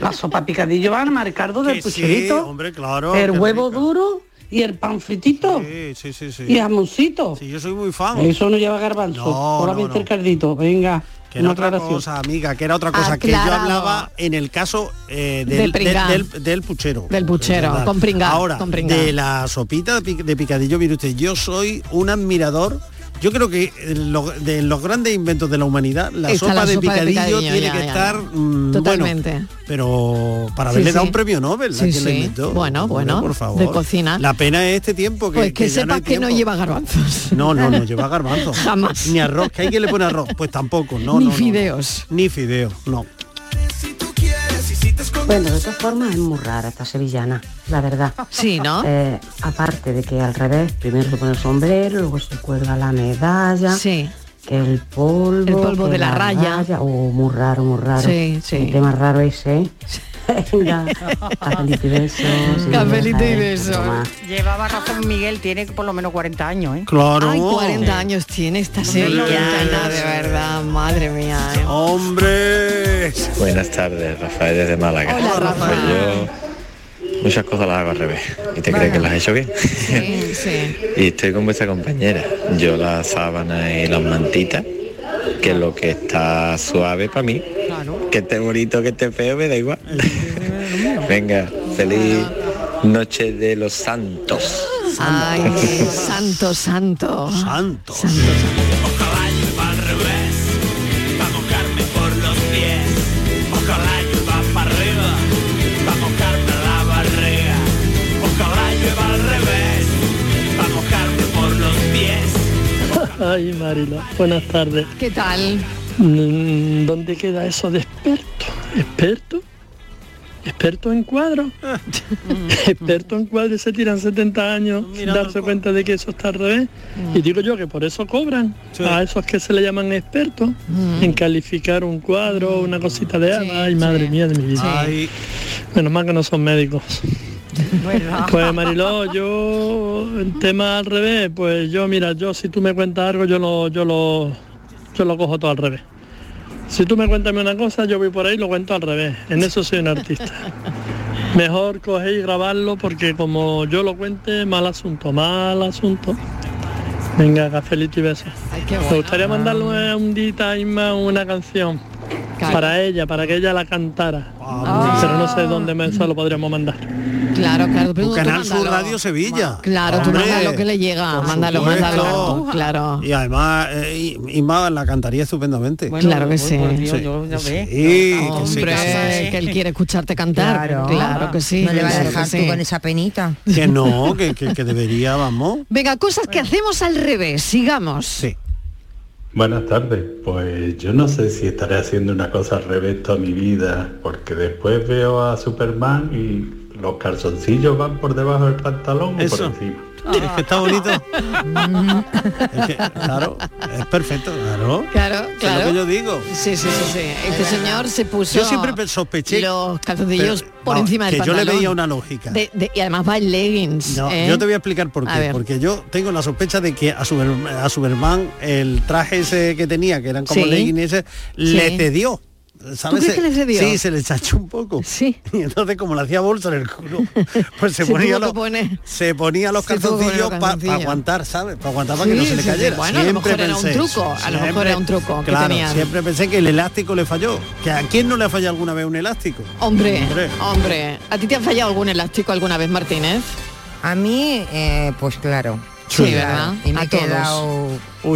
[SPEAKER 19] La sopa picadillo va al caldo del
[SPEAKER 14] Que sí,
[SPEAKER 19] pucherito.
[SPEAKER 14] hombre, claro,
[SPEAKER 19] El
[SPEAKER 14] qué
[SPEAKER 19] huevo duro y el pan fritito.
[SPEAKER 14] Sí, sí, sí, sí.
[SPEAKER 19] Y jamoncito.
[SPEAKER 14] Sí, yo soy muy fan.
[SPEAKER 19] Eso no lleva garbanzo.
[SPEAKER 14] No,
[SPEAKER 19] Solamente
[SPEAKER 14] no, no.
[SPEAKER 19] el caldito. Venga.
[SPEAKER 14] Que era
[SPEAKER 19] una
[SPEAKER 14] otra
[SPEAKER 19] aclaración.
[SPEAKER 14] cosa, amiga, que era otra cosa, que yo
[SPEAKER 19] Aclarado.
[SPEAKER 14] hablaba en el caso eh, del,
[SPEAKER 13] Del
[SPEAKER 14] del,
[SPEAKER 13] pringao.
[SPEAKER 14] del- del puchero.
[SPEAKER 13] Del puchero,
[SPEAKER 14] Es verdad.
[SPEAKER 13] con pringao,
[SPEAKER 14] Ahora,
[SPEAKER 13] con pringao.
[SPEAKER 14] de la sopita de pic- de picadillo, mire usted, yo soy un admirador. Yo creo que en lo- de los grandes inventos de la humanidad, la
[SPEAKER 13] Está
[SPEAKER 14] sopa
[SPEAKER 13] la
[SPEAKER 14] de
[SPEAKER 13] sopa de
[SPEAKER 14] picadillo,
[SPEAKER 13] picadillo,
[SPEAKER 14] tiene
[SPEAKER 13] ya,
[SPEAKER 14] que
[SPEAKER 13] ya.
[SPEAKER 14] estar mm,
[SPEAKER 13] Totalmente.
[SPEAKER 14] bueno, pero para
[SPEAKER 13] Sí,
[SPEAKER 14] haberle dado
[SPEAKER 13] sí.
[SPEAKER 14] un premio Nobel,
[SPEAKER 13] Sí,
[SPEAKER 14] ¿a quién la
[SPEAKER 13] sí.
[SPEAKER 14] inventó?
[SPEAKER 13] Bueno,
[SPEAKER 14] Hombre,
[SPEAKER 13] bueno,
[SPEAKER 14] por favor.
[SPEAKER 13] de cocina.
[SPEAKER 14] La pena es este tiempo que
[SPEAKER 13] pues que,
[SPEAKER 14] ya no hay
[SPEAKER 13] sepas que no
[SPEAKER 14] tiempo.
[SPEAKER 13] lleva garbanzos.
[SPEAKER 14] No, no, no lleva garbanzo.
[SPEAKER 13] Jamás.
[SPEAKER 14] Ni arroz, que hay quien le pone arroz. Pues tampoco, no,
[SPEAKER 13] Ni
[SPEAKER 14] no, no, no.
[SPEAKER 13] fideos.
[SPEAKER 14] Ni fideos, no.
[SPEAKER 20] Bueno, de todas formas es muy rara esta sevillana, la verdad.
[SPEAKER 13] Sí, ¿no?
[SPEAKER 20] Eh, aparte de que al revés, primero se pone el sombrero, luego se cuelga la medalla.
[SPEAKER 13] Sí.
[SPEAKER 20] Que el polvo.
[SPEAKER 13] El polvo
[SPEAKER 20] que
[SPEAKER 13] de la raya.
[SPEAKER 20] Oh, muy raro, muy raro.
[SPEAKER 13] Sí, sí.
[SPEAKER 20] El tema raro ese. Venga, cafelito y besos. y
[SPEAKER 16] Cafelito y
[SPEAKER 20] deja
[SPEAKER 16] besos.
[SPEAKER 20] esto más.
[SPEAKER 14] ¿eh?
[SPEAKER 16] Llevaba razón Miguel, tiene por lo menos 40 años, ¿eh?
[SPEAKER 14] Claro.
[SPEAKER 13] Ay, 40 años tiene esta sevillana, de verdad, madre mía. ¿eh?
[SPEAKER 14] ¡Hombre!
[SPEAKER 21] Buenas tardes, Rafael desde Málaga.
[SPEAKER 13] Hola, Rafa.
[SPEAKER 21] Pues yo muchas cosas las hago al revés. ¿Y te crees que las he hecho bien?
[SPEAKER 13] Sí, sí.
[SPEAKER 21] y estoy con vuestra compañera. Yo las sábanas y las mantitas, que lo que está suave para mí, que esté bonito, que esté feo, me da igual. Venga, feliz noche de los santos.
[SPEAKER 13] Ay, santo, santo.
[SPEAKER 14] Santo.
[SPEAKER 21] Ojalá yo al revés, pa' mojarme por los pies. Ojalá llueva para arriba, pa' mojarme la barriga. Ojalá llueva al revés, pa' mojarme por los pies.
[SPEAKER 22] Ay, Marilo, buenas tardes.
[SPEAKER 13] ¿Qué tal?
[SPEAKER 22] Mm, ¿Dónde queda eso de experto? ¿Experto? ¿Experto en cuadro?
[SPEAKER 13] Mm.
[SPEAKER 22] ¿Experto en cuadro? y Se tiran 70 años sin
[SPEAKER 14] Mirando
[SPEAKER 22] darse cuenta de que eso está al revés.
[SPEAKER 13] Mm.
[SPEAKER 22] Y digo yo que por eso cobran a esos que se le llaman expertos
[SPEAKER 13] Mm.
[SPEAKER 22] en calificar un cuadro, una cosita de... Ay, madre mía de mi vida. Menos mal que no son médicos. Pues Mariló, yo el tema al revés, pues yo mira, yo si tú me cuentas algo, yo lo, yo lo, yo lo cojo todo al revés. Si tú me cuentas una cosa, yo voy por ahí y lo cuento al revés. En eso soy un artista. Mejor coger y grabarlo porque como yo lo cuente, mal asunto, mal asunto. Venga, cafelito y besos. Me
[SPEAKER 13] Ah.
[SPEAKER 22] gustaría mandarle un dita a Inma una canción. Para ella, para que ella la cantara. Pero no sé dónde me, se lo podríamos mandar.
[SPEAKER 13] Ah. Claro, claro. pero
[SPEAKER 14] Tu
[SPEAKER 13] tú
[SPEAKER 14] Canal Sur
[SPEAKER 13] mándalo.
[SPEAKER 14] Radio Sevilla.
[SPEAKER 13] Claro, tú
[SPEAKER 14] Hombre,
[SPEAKER 13] manda lo que le llega,
[SPEAKER 14] por
[SPEAKER 13] mándalo,
[SPEAKER 14] supuesto.
[SPEAKER 13] mándalo, claro.
[SPEAKER 14] Y además, eh, I- Inma la cantaría estupendamente.
[SPEAKER 13] Bueno, Claro que uy, sí. por Dios,
[SPEAKER 14] Sí,
[SPEAKER 13] yo ya
[SPEAKER 14] sí,
[SPEAKER 13] ve.
[SPEAKER 14] que sí,
[SPEAKER 13] Hombre,
[SPEAKER 14] que
[SPEAKER 13] que él quiere escucharte cantar. Claro, que sí.
[SPEAKER 14] No le vas a
[SPEAKER 13] claro
[SPEAKER 14] dejar
[SPEAKER 13] que
[SPEAKER 14] tú
[SPEAKER 13] sí.
[SPEAKER 14] con
[SPEAKER 13] esa penita.
[SPEAKER 14] sí. Que no, que, que- que debería, vamos.
[SPEAKER 13] Venga, cosas que hacemos al revés, sigamos.
[SPEAKER 14] Sí.
[SPEAKER 23] Buenas tardes, pues yo no sé si estaré haciendo una cosa al revés toda mi vida, porque después veo a Superman y los calzoncillos van por debajo del pantalón o
[SPEAKER 14] Eso.
[SPEAKER 23] por encima.
[SPEAKER 14] Es
[SPEAKER 13] Ah.
[SPEAKER 14] que está bonito. Es que, claro, es perfecto, claro.
[SPEAKER 13] Claro,
[SPEAKER 14] Es
[SPEAKER 13] claro.
[SPEAKER 14] lo que yo digo.
[SPEAKER 13] Sí, sí, sí, sí. Este señor se puso
[SPEAKER 14] Yo siempre pe- sospeché
[SPEAKER 13] los calzoncillos
[SPEAKER 14] pero,
[SPEAKER 13] por
[SPEAKER 14] vamos,
[SPEAKER 13] encima del
[SPEAKER 14] que yo le
[SPEAKER 13] pantalón.
[SPEAKER 14] veía una lógica.
[SPEAKER 13] De- de- y además va en leggings.
[SPEAKER 14] No,
[SPEAKER 13] ¿eh?
[SPEAKER 14] yo te voy a explicar por
[SPEAKER 13] A
[SPEAKER 14] qué.
[SPEAKER 13] ver.
[SPEAKER 14] Porque yo tengo la sospecha de que a, Super- a Superman el traje ese que tenía, que eran como
[SPEAKER 13] Sí.
[SPEAKER 14] leggings ese, le
[SPEAKER 13] Sí.
[SPEAKER 14] cedió. Ah. ¿sabes?
[SPEAKER 13] crees
[SPEAKER 14] Se-
[SPEAKER 13] que le cedió?
[SPEAKER 14] Sí, se le echachó un poco.
[SPEAKER 13] Sí.
[SPEAKER 14] Y entonces como le hacía bolsa en el culo, pues se,
[SPEAKER 13] Se
[SPEAKER 14] ponía
[SPEAKER 13] tuvo que
[SPEAKER 14] los,
[SPEAKER 13] poner-
[SPEAKER 14] se ponía los
[SPEAKER 13] Se tuvo que poner
[SPEAKER 14] calzoncillos
[SPEAKER 13] los
[SPEAKER 14] para
[SPEAKER 13] calzoncillos.
[SPEAKER 14] aguantar, ¿sabes? Para aguantar para
[SPEAKER 13] Sí,
[SPEAKER 14] que no se le
[SPEAKER 13] sí, sí.
[SPEAKER 14] cayera.
[SPEAKER 13] Bueno, a lo
[SPEAKER 14] Siempre
[SPEAKER 13] mejor era un
[SPEAKER 14] pensé eso.
[SPEAKER 13] truco, a lo mejor
[SPEAKER 14] Siempre-
[SPEAKER 13] era un truco que
[SPEAKER 14] claro,
[SPEAKER 13] tenían.
[SPEAKER 14] siempre pensé que el elástico le falló. Que a quién no le ha fallado alguna vez un elástico.
[SPEAKER 13] Hombre, hombre. ¿A ti te ha fallado algún elástico alguna vez, Martínez?
[SPEAKER 15] A mí, eh, pues claro.
[SPEAKER 13] Sí,
[SPEAKER 15] Claro.
[SPEAKER 13] ¿verdad?
[SPEAKER 15] Y me
[SPEAKER 13] A
[SPEAKER 15] he
[SPEAKER 13] todos.
[SPEAKER 15] ¿eh? quedado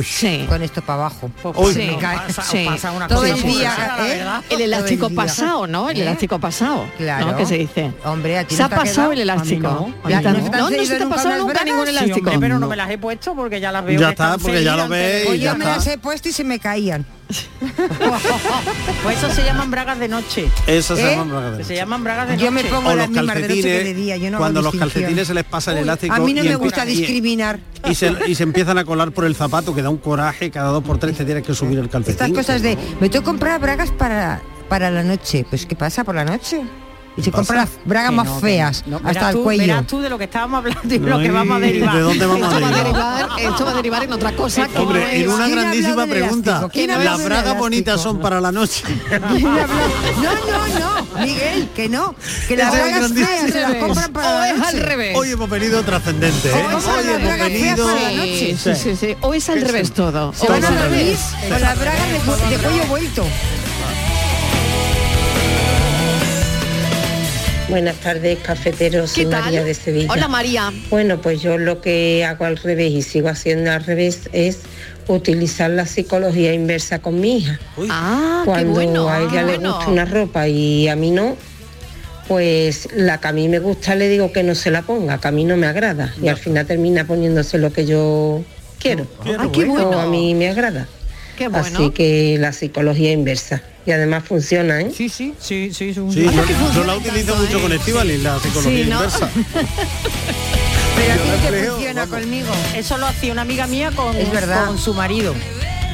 [SPEAKER 13] Sí.
[SPEAKER 15] con esto para abajo.
[SPEAKER 13] Uy, Sí.
[SPEAKER 15] Me cae-
[SPEAKER 13] pasa- Sí. pasa una
[SPEAKER 15] Todo
[SPEAKER 13] cosa
[SPEAKER 15] el día,
[SPEAKER 13] muy
[SPEAKER 15] ¿eh?
[SPEAKER 13] rara, El elástico
[SPEAKER 15] Todo el día.
[SPEAKER 13] pasado, ¿no? El
[SPEAKER 15] ¿Eh?
[SPEAKER 13] elástico pasado.
[SPEAKER 15] Claro.
[SPEAKER 13] ¿no? Que se dice.
[SPEAKER 15] Hombre, aquí
[SPEAKER 13] Se ha pasado el elástico. A mí
[SPEAKER 15] Ya,
[SPEAKER 13] tampoco.
[SPEAKER 15] ¿no
[SPEAKER 13] No, no
[SPEAKER 15] se te han
[SPEAKER 13] se
[SPEAKER 15] salido
[SPEAKER 13] te ha
[SPEAKER 15] nunca
[SPEAKER 13] pasado
[SPEAKER 15] las
[SPEAKER 13] nunca
[SPEAKER 15] bragas?
[SPEAKER 13] ningún
[SPEAKER 15] Sí, hombre,
[SPEAKER 13] elástico.
[SPEAKER 15] pero no
[SPEAKER 13] me
[SPEAKER 16] las he puesto porque ya las veo.
[SPEAKER 14] Ya
[SPEAKER 16] que
[SPEAKER 14] está,
[SPEAKER 16] están
[SPEAKER 14] porque ya lo
[SPEAKER 16] ceñidas
[SPEAKER 14] ve
[SPEAKER 15] Pues
[SPEAKER 14] y ya
[SPEAKER 15] yo me
[SPEAKER 14] está.
[SPEAKER 15] las he puesto y se me caían.
[SPEAKER 16] Pues eso se llaman bragas de noche. ¿Eh?
[SPEAKER 14] Eso se llaman bragas de
[SPEAKER 16] Se llaman bragas de noche.
[SPEAKER 15] Yo me pongo
[SPEAKER 14] O los
[SPEAKER 15] las mismas de noche que de
[SPEAKER 14] calcetines,
[SPEAKER 15] día. Yo no hago
[SPEAKER 14] cuando los
[SPEAKER 15] distinción.
[SPEAKER 14] calcetines se les pasa el elástico.
[SPEAKER 15] A mí no
[SPEAKER 14] y
[SPEAKER 15] me
[SPEAKER 14] empie-
[SPEAKER 15] gusta
[SPEAKER 14] y-
[SPEAKER 15] discriminar.
[SPEAKER 14] Y, se, y se empiezan a colar por el zapato, que da un coraje, cada dos por tres te tienes que subir el
[SPEAKER 15] Estas
[SPEAKER 14] calcetín.
[SPEAKER 15] cosas de, me tengo que comprar bragas para, para la noche. Pues ¿qué pasa por la noche? Y se compra las bragas
[SPEAKER 16] Que
[SPEAKER 15] más
[SPEAKER 16] no, que
[SPEAKER 15] feas,
[SPEAKER 16] no.
[SPEAKER 15] hasta
[SPEAKER 16] Verás
[SPEAKER 15] el
[SPEAKER 16] tú-
[SPEAKER 15] cuello.
[SPEAKER 16] Verás tú de lo que estábamos hablando y lo
[SPEAKER 14] Ay,
[SPEAKER 16] que vamos a derivar.
[SPEAKER 14] ¿de dónde vamos a
[SPEAKER 13] Esto va, a
[SPEAKER 14] derivar?
[SPEAKER 13] derivar, esto va a derivar en otra cosa que no
[SPEAKER 14] Hombre,
[SPEAKER 13] es-
[SPEAKER 14] en una grandísima pregunta.
[SPEAKER 15] ¿Quién ha hablado
[SPEAKER 14] Las
[SPEAKER 15] del
[SPEAKER 14] bragas
[SPEAKER 15] elástico?
[SPEAKER 14] bonitas son para la noche.
[SPEAKER 15] ¿Quién habla? No, no, no, Miguel, que no, que las
[SPEAKER 14] Ese es
[SPEAKER 15] bragas
[SPEAKER 14] grandísimo.
[SPEAKER 15] feas se las compran para
[SPEAKER 13] O
[SPEAKER 15] la
[SPEAKER 13] es
[SPEAKER 15] noche.
[SPEAKER 13] al revés.
[SPEAKER 14] Hoy hemos venido trascendente, ¿eh?
[SPEAKER 15] Hoy son
[SPEAKER 14] Hoy
[SPEAKER 15] las
[SPEAKER 14] hemos
[SPEAKER 15] bragas feas
[SPEAKER 14] venido...
[SPEAKER 15] para la noche.
[SPEAKER 13] Sí, sí, sí, sí. O es al revés todo.
[SPEAKER 15] Se
[SPEAKER 13] O
[SPEAKER 15] van
[SPEAKER 13] es
[SPEAKER 15] a
[SPEAKER 13] al
[SPEAKER 15] dormir
[SPEAKER 13] revés.
[SPEAKER 15] con las bragas de, cu- de cuello vuelto.
[SPEAKER 24] Buenas tardes, cafeteros. Soy
[SPEAKER 13] ¿Qué tal?
[SPEAKER 24] María de Sevilla.
[SPEAKER 13] Hola, María.
[SPEAKER 24] Bueno, pues yo lo que hago al revés y sigo haciendo al revés es utilizar la psicología inversa con mi hija.
[SPEAKER 13] Ah, qué
[SPEAKER 24] Cuando
[SPEAKER 13] bueno,
[SPEAKER 24] a ella
[SPEAKER 13] qué
[SPEAKER 24] le
[SPEAKER 13] bueno.
[SPEAKER 24] gusta una ropa y a mí no, pues la que a mí me gusta le digo que no se la ponga, que a mí no me agrada. Y al final termina poniéndose lo que yo quiero.
[SPEAKER 13] Ah, qué bueno.
[SPEAKER 24] O a mí me agrada.
[SPEAKER 13] Qué bueno.
[SPEAKER 24] Así que la psicología inversa. Y además funciona, ¿eh?
[SPEAKER 16] Sí, sí, sí, sí. es un-
[SPEAKER 14] Sí,
[SPEAKER 24] Vaya
[SPEAKER 14] yo,
[SPEAKER 24] que
[SPEAKER 14] yo
[SPEAKER 24] funciona
[SPEAKER 14] la utilizo mucho con Estivali, la psicología
[SPEAKER 24] Sí, ¿no?
[SPEAKER 14] inversa.
[SPEAKER 15] Pero a ti
[SPEAKER 14] la
[SPEAKER 15] te
[SPEAKER 14] creo,
[SPEAKER 15] funciona conmigo.
[SPEAKER 16] Eso lo hacía una amiga mía con,
[SPEAKER 15] Es verdad.
[SPEAKER 16] con su marido.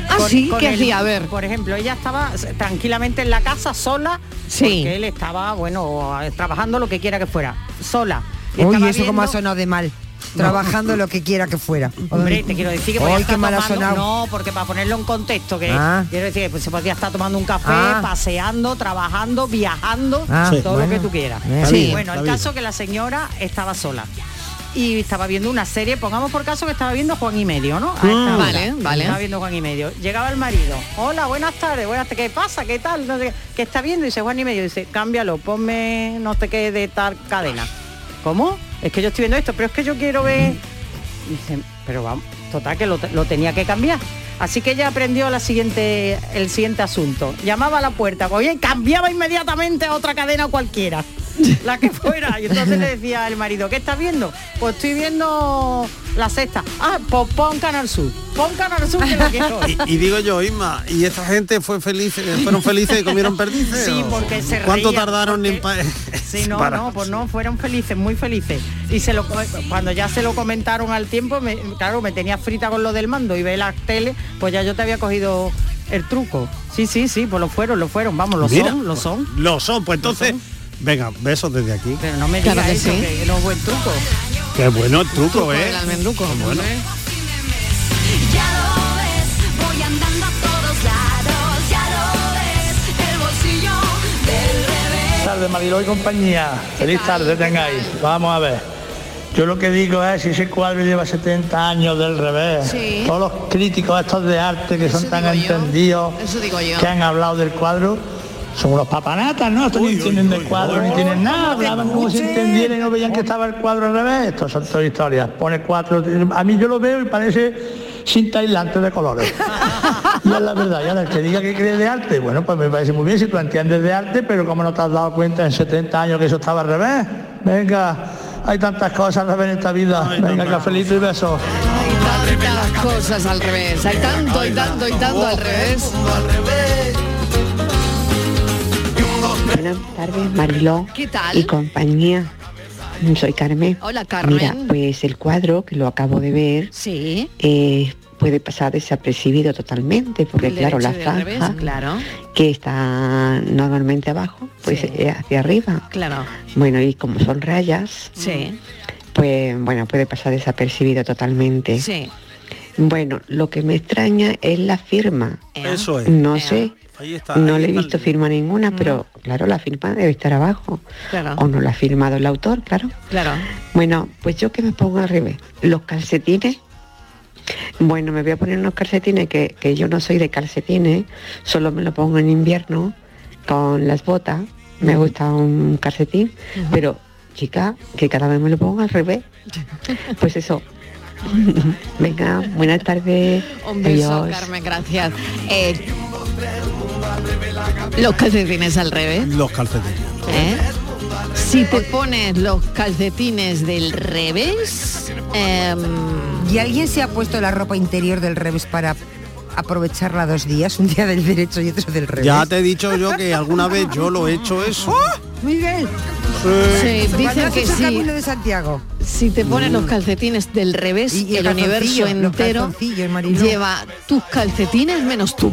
[SPEAKER 13] Ah,
[SPEAKER 16] Con-
[SPEAKER 13] sí,
[SPEAKER 16] con
[SPEAKER 13] ¿qué
[SPEAKER 16] el-
[SPEAKER 13] hacía? A ver.
[SPEAKER 16] Por ejemplo, ella estaba s- tranquilamente en la casa sola, porque él estaba, bueno, trabajando lo que quiera que fuera, sola. Y
[SPEAKER 15] Uy,
[SPEAKER 16] estaba
[SPEAKER 15] eso como ha
[SPEAKER 16] viendo-
[SPEAKER 15] sonado de mal. Trabajando lo que quiera que fuera.
[SPEAKER 16] Hombre, te quiero decir que podía
[SPEAKER 15] Ay,
[SPEAKER 16] estar
[SPEAKER 15] qué mal ha
[SPEAKER 16] tomando-
[SPEAKER 15] sonado.
[SPEAKER 16] No, porque para ponerlo en contexto, que
[SPEAKER 15] Ah.
[SPEAKER 16] quiero decir que pues, se podía estar tomando un café,
[SPEAKER 15] Ah.
[SPEAKER 16] paseando, trabajando, viajando,
[SPEAKER 15] Ah, Sí.
[SPEAKER 16] todo lo
[SPEAKER 15] bueno.
[SPEAKER 16] que tú quieras.
[SPEAKER 15] Bien. Sí.
[SPEAKER 16] Bueno, el
[SPEAKER 15] Está
[SPEAKER 16] caso que la señora estaba sola. Y estaba viendo una serie, pongamos por caso que estaba viendo Juan y medio, ¿no? A esta
[SPEAKER 13] Mm.
[SPEAKER 16] hora.
[SPEAKER 15] Ah.
[SPEAKER 13] Vale, vale.
[SPEAKER 16] Estaba viendo Juan y medio. Llegaba el marido. Hola, buenas tardes, buenas tardes. ¿Qué pasa? ¿Qué tal? No sé qué. ¿Qué está viendo? Y dice Juan y medio. Dice, cámbialo, ponme no te quede de tal cadena. ¿Cómo? Es que yo estoy viendo esto, pero es que yo quiero ver. Dice, pero vamos, total que lo, te- lo tenía que cambiar. Así que ella aprendió la siguiente, pues, el siguiente asunto. Llamaba a la puerta, oye, y cambiaba inmediatamente a otra cadena cualquiera. la que fuera. Y entonces le decía el marido, ¿qué estás viendo? Pues estoy viendo la sexta. Ah, pues pon Canal Sur. Pon Canal Sur que la quiero.
[SPEAKER 14] Y, y digo yo, Isma, ¿y esta gente fue feliz, eh, fueron felices y comieron perdices?
[SPEAKER 16] Sí,
[SPEAKER 14] o-
[SPEAKER 16] porque se
[SPEAKER 14] ¿Cuánto
[SPEAKER 16] reían,
[SPEAKER 14] tardaron en pa-
[SPEAKER 16] Sí, no,
[SPEAKER 14] para-
[SPEAKER 16] no, pues no, fueron felices, muy felices. Y se lo, co- cuando ya se lo comentaron al tiempo, me- claro, me tenía frita con lo del mando y ve la tele, pues ya yo te había cogido el truco. Sí, sí, sí, pues lo fueron, lo fueron, vamos, lo
[SPEAKER 14] Mira,
[SPEAKER 16] son, lo son.
[SPEAKER 14] Lo son, pues entonces, venga, besos desde aquí.
[SPEAKER 16] Pero no me digas eso, que no es buen truco.
[SPEAKER 14] Qué bueno el truco,
[SPEAKER 13] Truco
[SPEAKER 14] ¿eh?
[SPEAKER 13] del almendruco.
[SPEAKER 14] Bueno.
[SPEAKER 10] Voy andando a todos lados, ya lo ves, el bolsillo del revés.
[SPEAKER 25] tardes, Mariló y compañía. Feliz tarde tengáis. Vamos a ver. Yo lo que digo es, si ese cuadro lleva 70 años del revés,
[SPEAKER 13] Sí.
[SPEAKER 25] todos los críticos estos de arte que son tan entendidos,
[SPEAKER 13] Eso digo yo.
[SPEAKER 25] que han hablado del cuadro, son unos papanatas, ¿no? Estos no entienden del cuadro, ni tienen nada, hablaban como si entendieran y no veían que estaba el cuadro al revés. Estos son todas historias. Pone cuatro, a mí yo lo veo y parece cinta aislante de colores. Y es la verdad, y ahora el que diga que cree de arte, bueno, pues me parece muy bien si tú entiendes de arte, pero como no te has dado cuenta en 70 años que eso estaba al revés? Venga, hay tantas cosas al revés en esta vida. Venga, cafelito y besos.
[SPEAKER 13] Tantas cosas al revés. Hay tanto y tanto y tanto al revés.
[SPEAKER 26] Buenas tardes, Mariló.
[SPEAKER 13] ¿Qué tal?
[SPEAKER 26] Y compañía. Soy Carmen.
[SPEAKER 13] Hola, Carmen.
[SPEAKER 26] Mira, pues el cuadro que lo acabo de ver
[SPEAKER 13] Sí.
[SPEAKER 26] eh, puede pasar desapercibido totalmente, porque
[SPEAKER 13] El
[SPEAKER 26] claro, la
[SPEAKER 13] derecho y el revés,
[SPEAKER 26] franja
[SPEAKER 13] claro.
[SPEAKER 26] que está normalmente abajo, pues
[SPEAKER 13] Sí.
[SPEAKER 26] eh, hacia arriba.
[SPEAKER 13] Claro.
[SPEAKER 26] Bueno, y como son rayas,
[SPEAKER 13] Sí.
[SPEAKER 26] pues bueno, puede pasar desapercibido totalmente.
[SPEAKER 13] Sí.
[SPEAKER 26] Bueno, lo que me extraña es la firma.
[SPEAKER 14] Eso es.
[SPEAKER 26] No sé.
[SPEAKER 14] Ahí está.
[SPEAKER 26] No
[SPEAKER 14] ahí
[SPEAKER 26] le he
[SPEAKER 14] está el-
[SPEAKER 26] visto firma ninguna, pero claro, la firma debe estar abajo.
[SPEAKER 13] Claro.
[SPEAKER 26] O no la ha firmado el autor, claro.
[SPEAKER 13] Claro.
[SPEAKER 26] Bueno, pues yo que me pongo al revés. Los calcetines. Bueno, me voy a poner unos calcetines que, que yo no soy de calcetines, solo me lo pongo en invierno con las botas. Me gusta un calcetín, pero chica, que cada vez me lo pongo al revés. Pues eso. Venga, buenas tardes.
[SPEAKER 13] Un beso,
[SPEAKER 26] Adiós.
[SPEAKER 13] Carmen, gracias. Eh, los calcetines al revés.
[SPEAKER 14] Los calcetines.
[SPEAKER 13] ¿eh? Si te pones los calcetines del revés,
[SPEAKER 15] ¿Y alguien se ha puesto la ropa interior del revés para aprovecharla dos días? Un día del derecho y otro del revés.
[SPEAKER 14] Ya te he dicho yo que alguna vez yo lo he hecho eso.
[SPEAKER 15] Miguel.
[SPEAKER 13] Sí, dicen
[SPEAKER 15] Cuando has
[SPEAKER 13] que
[SPEAKER 15] hecho el
[SPEAKER 13] sí.
[SPEAKER 15] Camino de Santiago.
[SPEAKER 13] si te pones los calcetines del revés,
[SPEAKER 15] Y- y
[SPEAKER 13] el
[SPEAKER 15] el
[SPEAKER 13] universo
[SPEAKER 15] calzoncillo, los
[SPEAKER 13] entero
[SPEAKER 15] calzoncillos, Mariló.
[SPEAKER 13] lleva tus calcetines menos tú.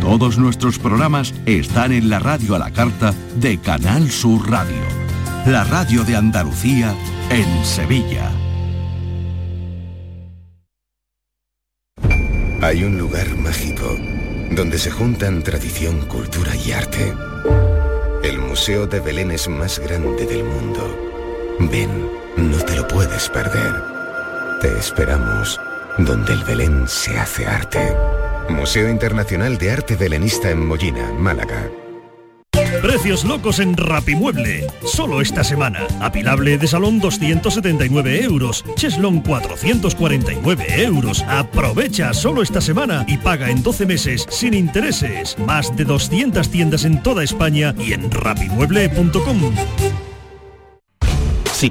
[SPEAKER 11] Todos nuestros programas están en la radio a la carta de Canal Sur Radio, la radio de Andalucía en Sevilla.
[SPEAKER 1] Hay un lugar mágico donde se juntan tradición, cultura y arte. El Museo de Belén es más grande del mundo. Ven, no te lo puedes perder. Te esperamos donde el Belén se hace arte. Museo Internacional de Arte Belenista en Mollina, Málaga.
[SPEAKER 4] Precios locos en Rapimueble. Solo esta semana. Apilable de salón 279 euros. Cheslon 449 euros. Aprovecha solo esta semana y paga en 12 meses sin intereses. Más de 200 tiendas en toda España y en rapimueble.com.
[SPEAKER 6] Si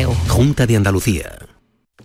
[SPEAKER 27] EU.
[SPEAKER 6] Junta de Andalucía.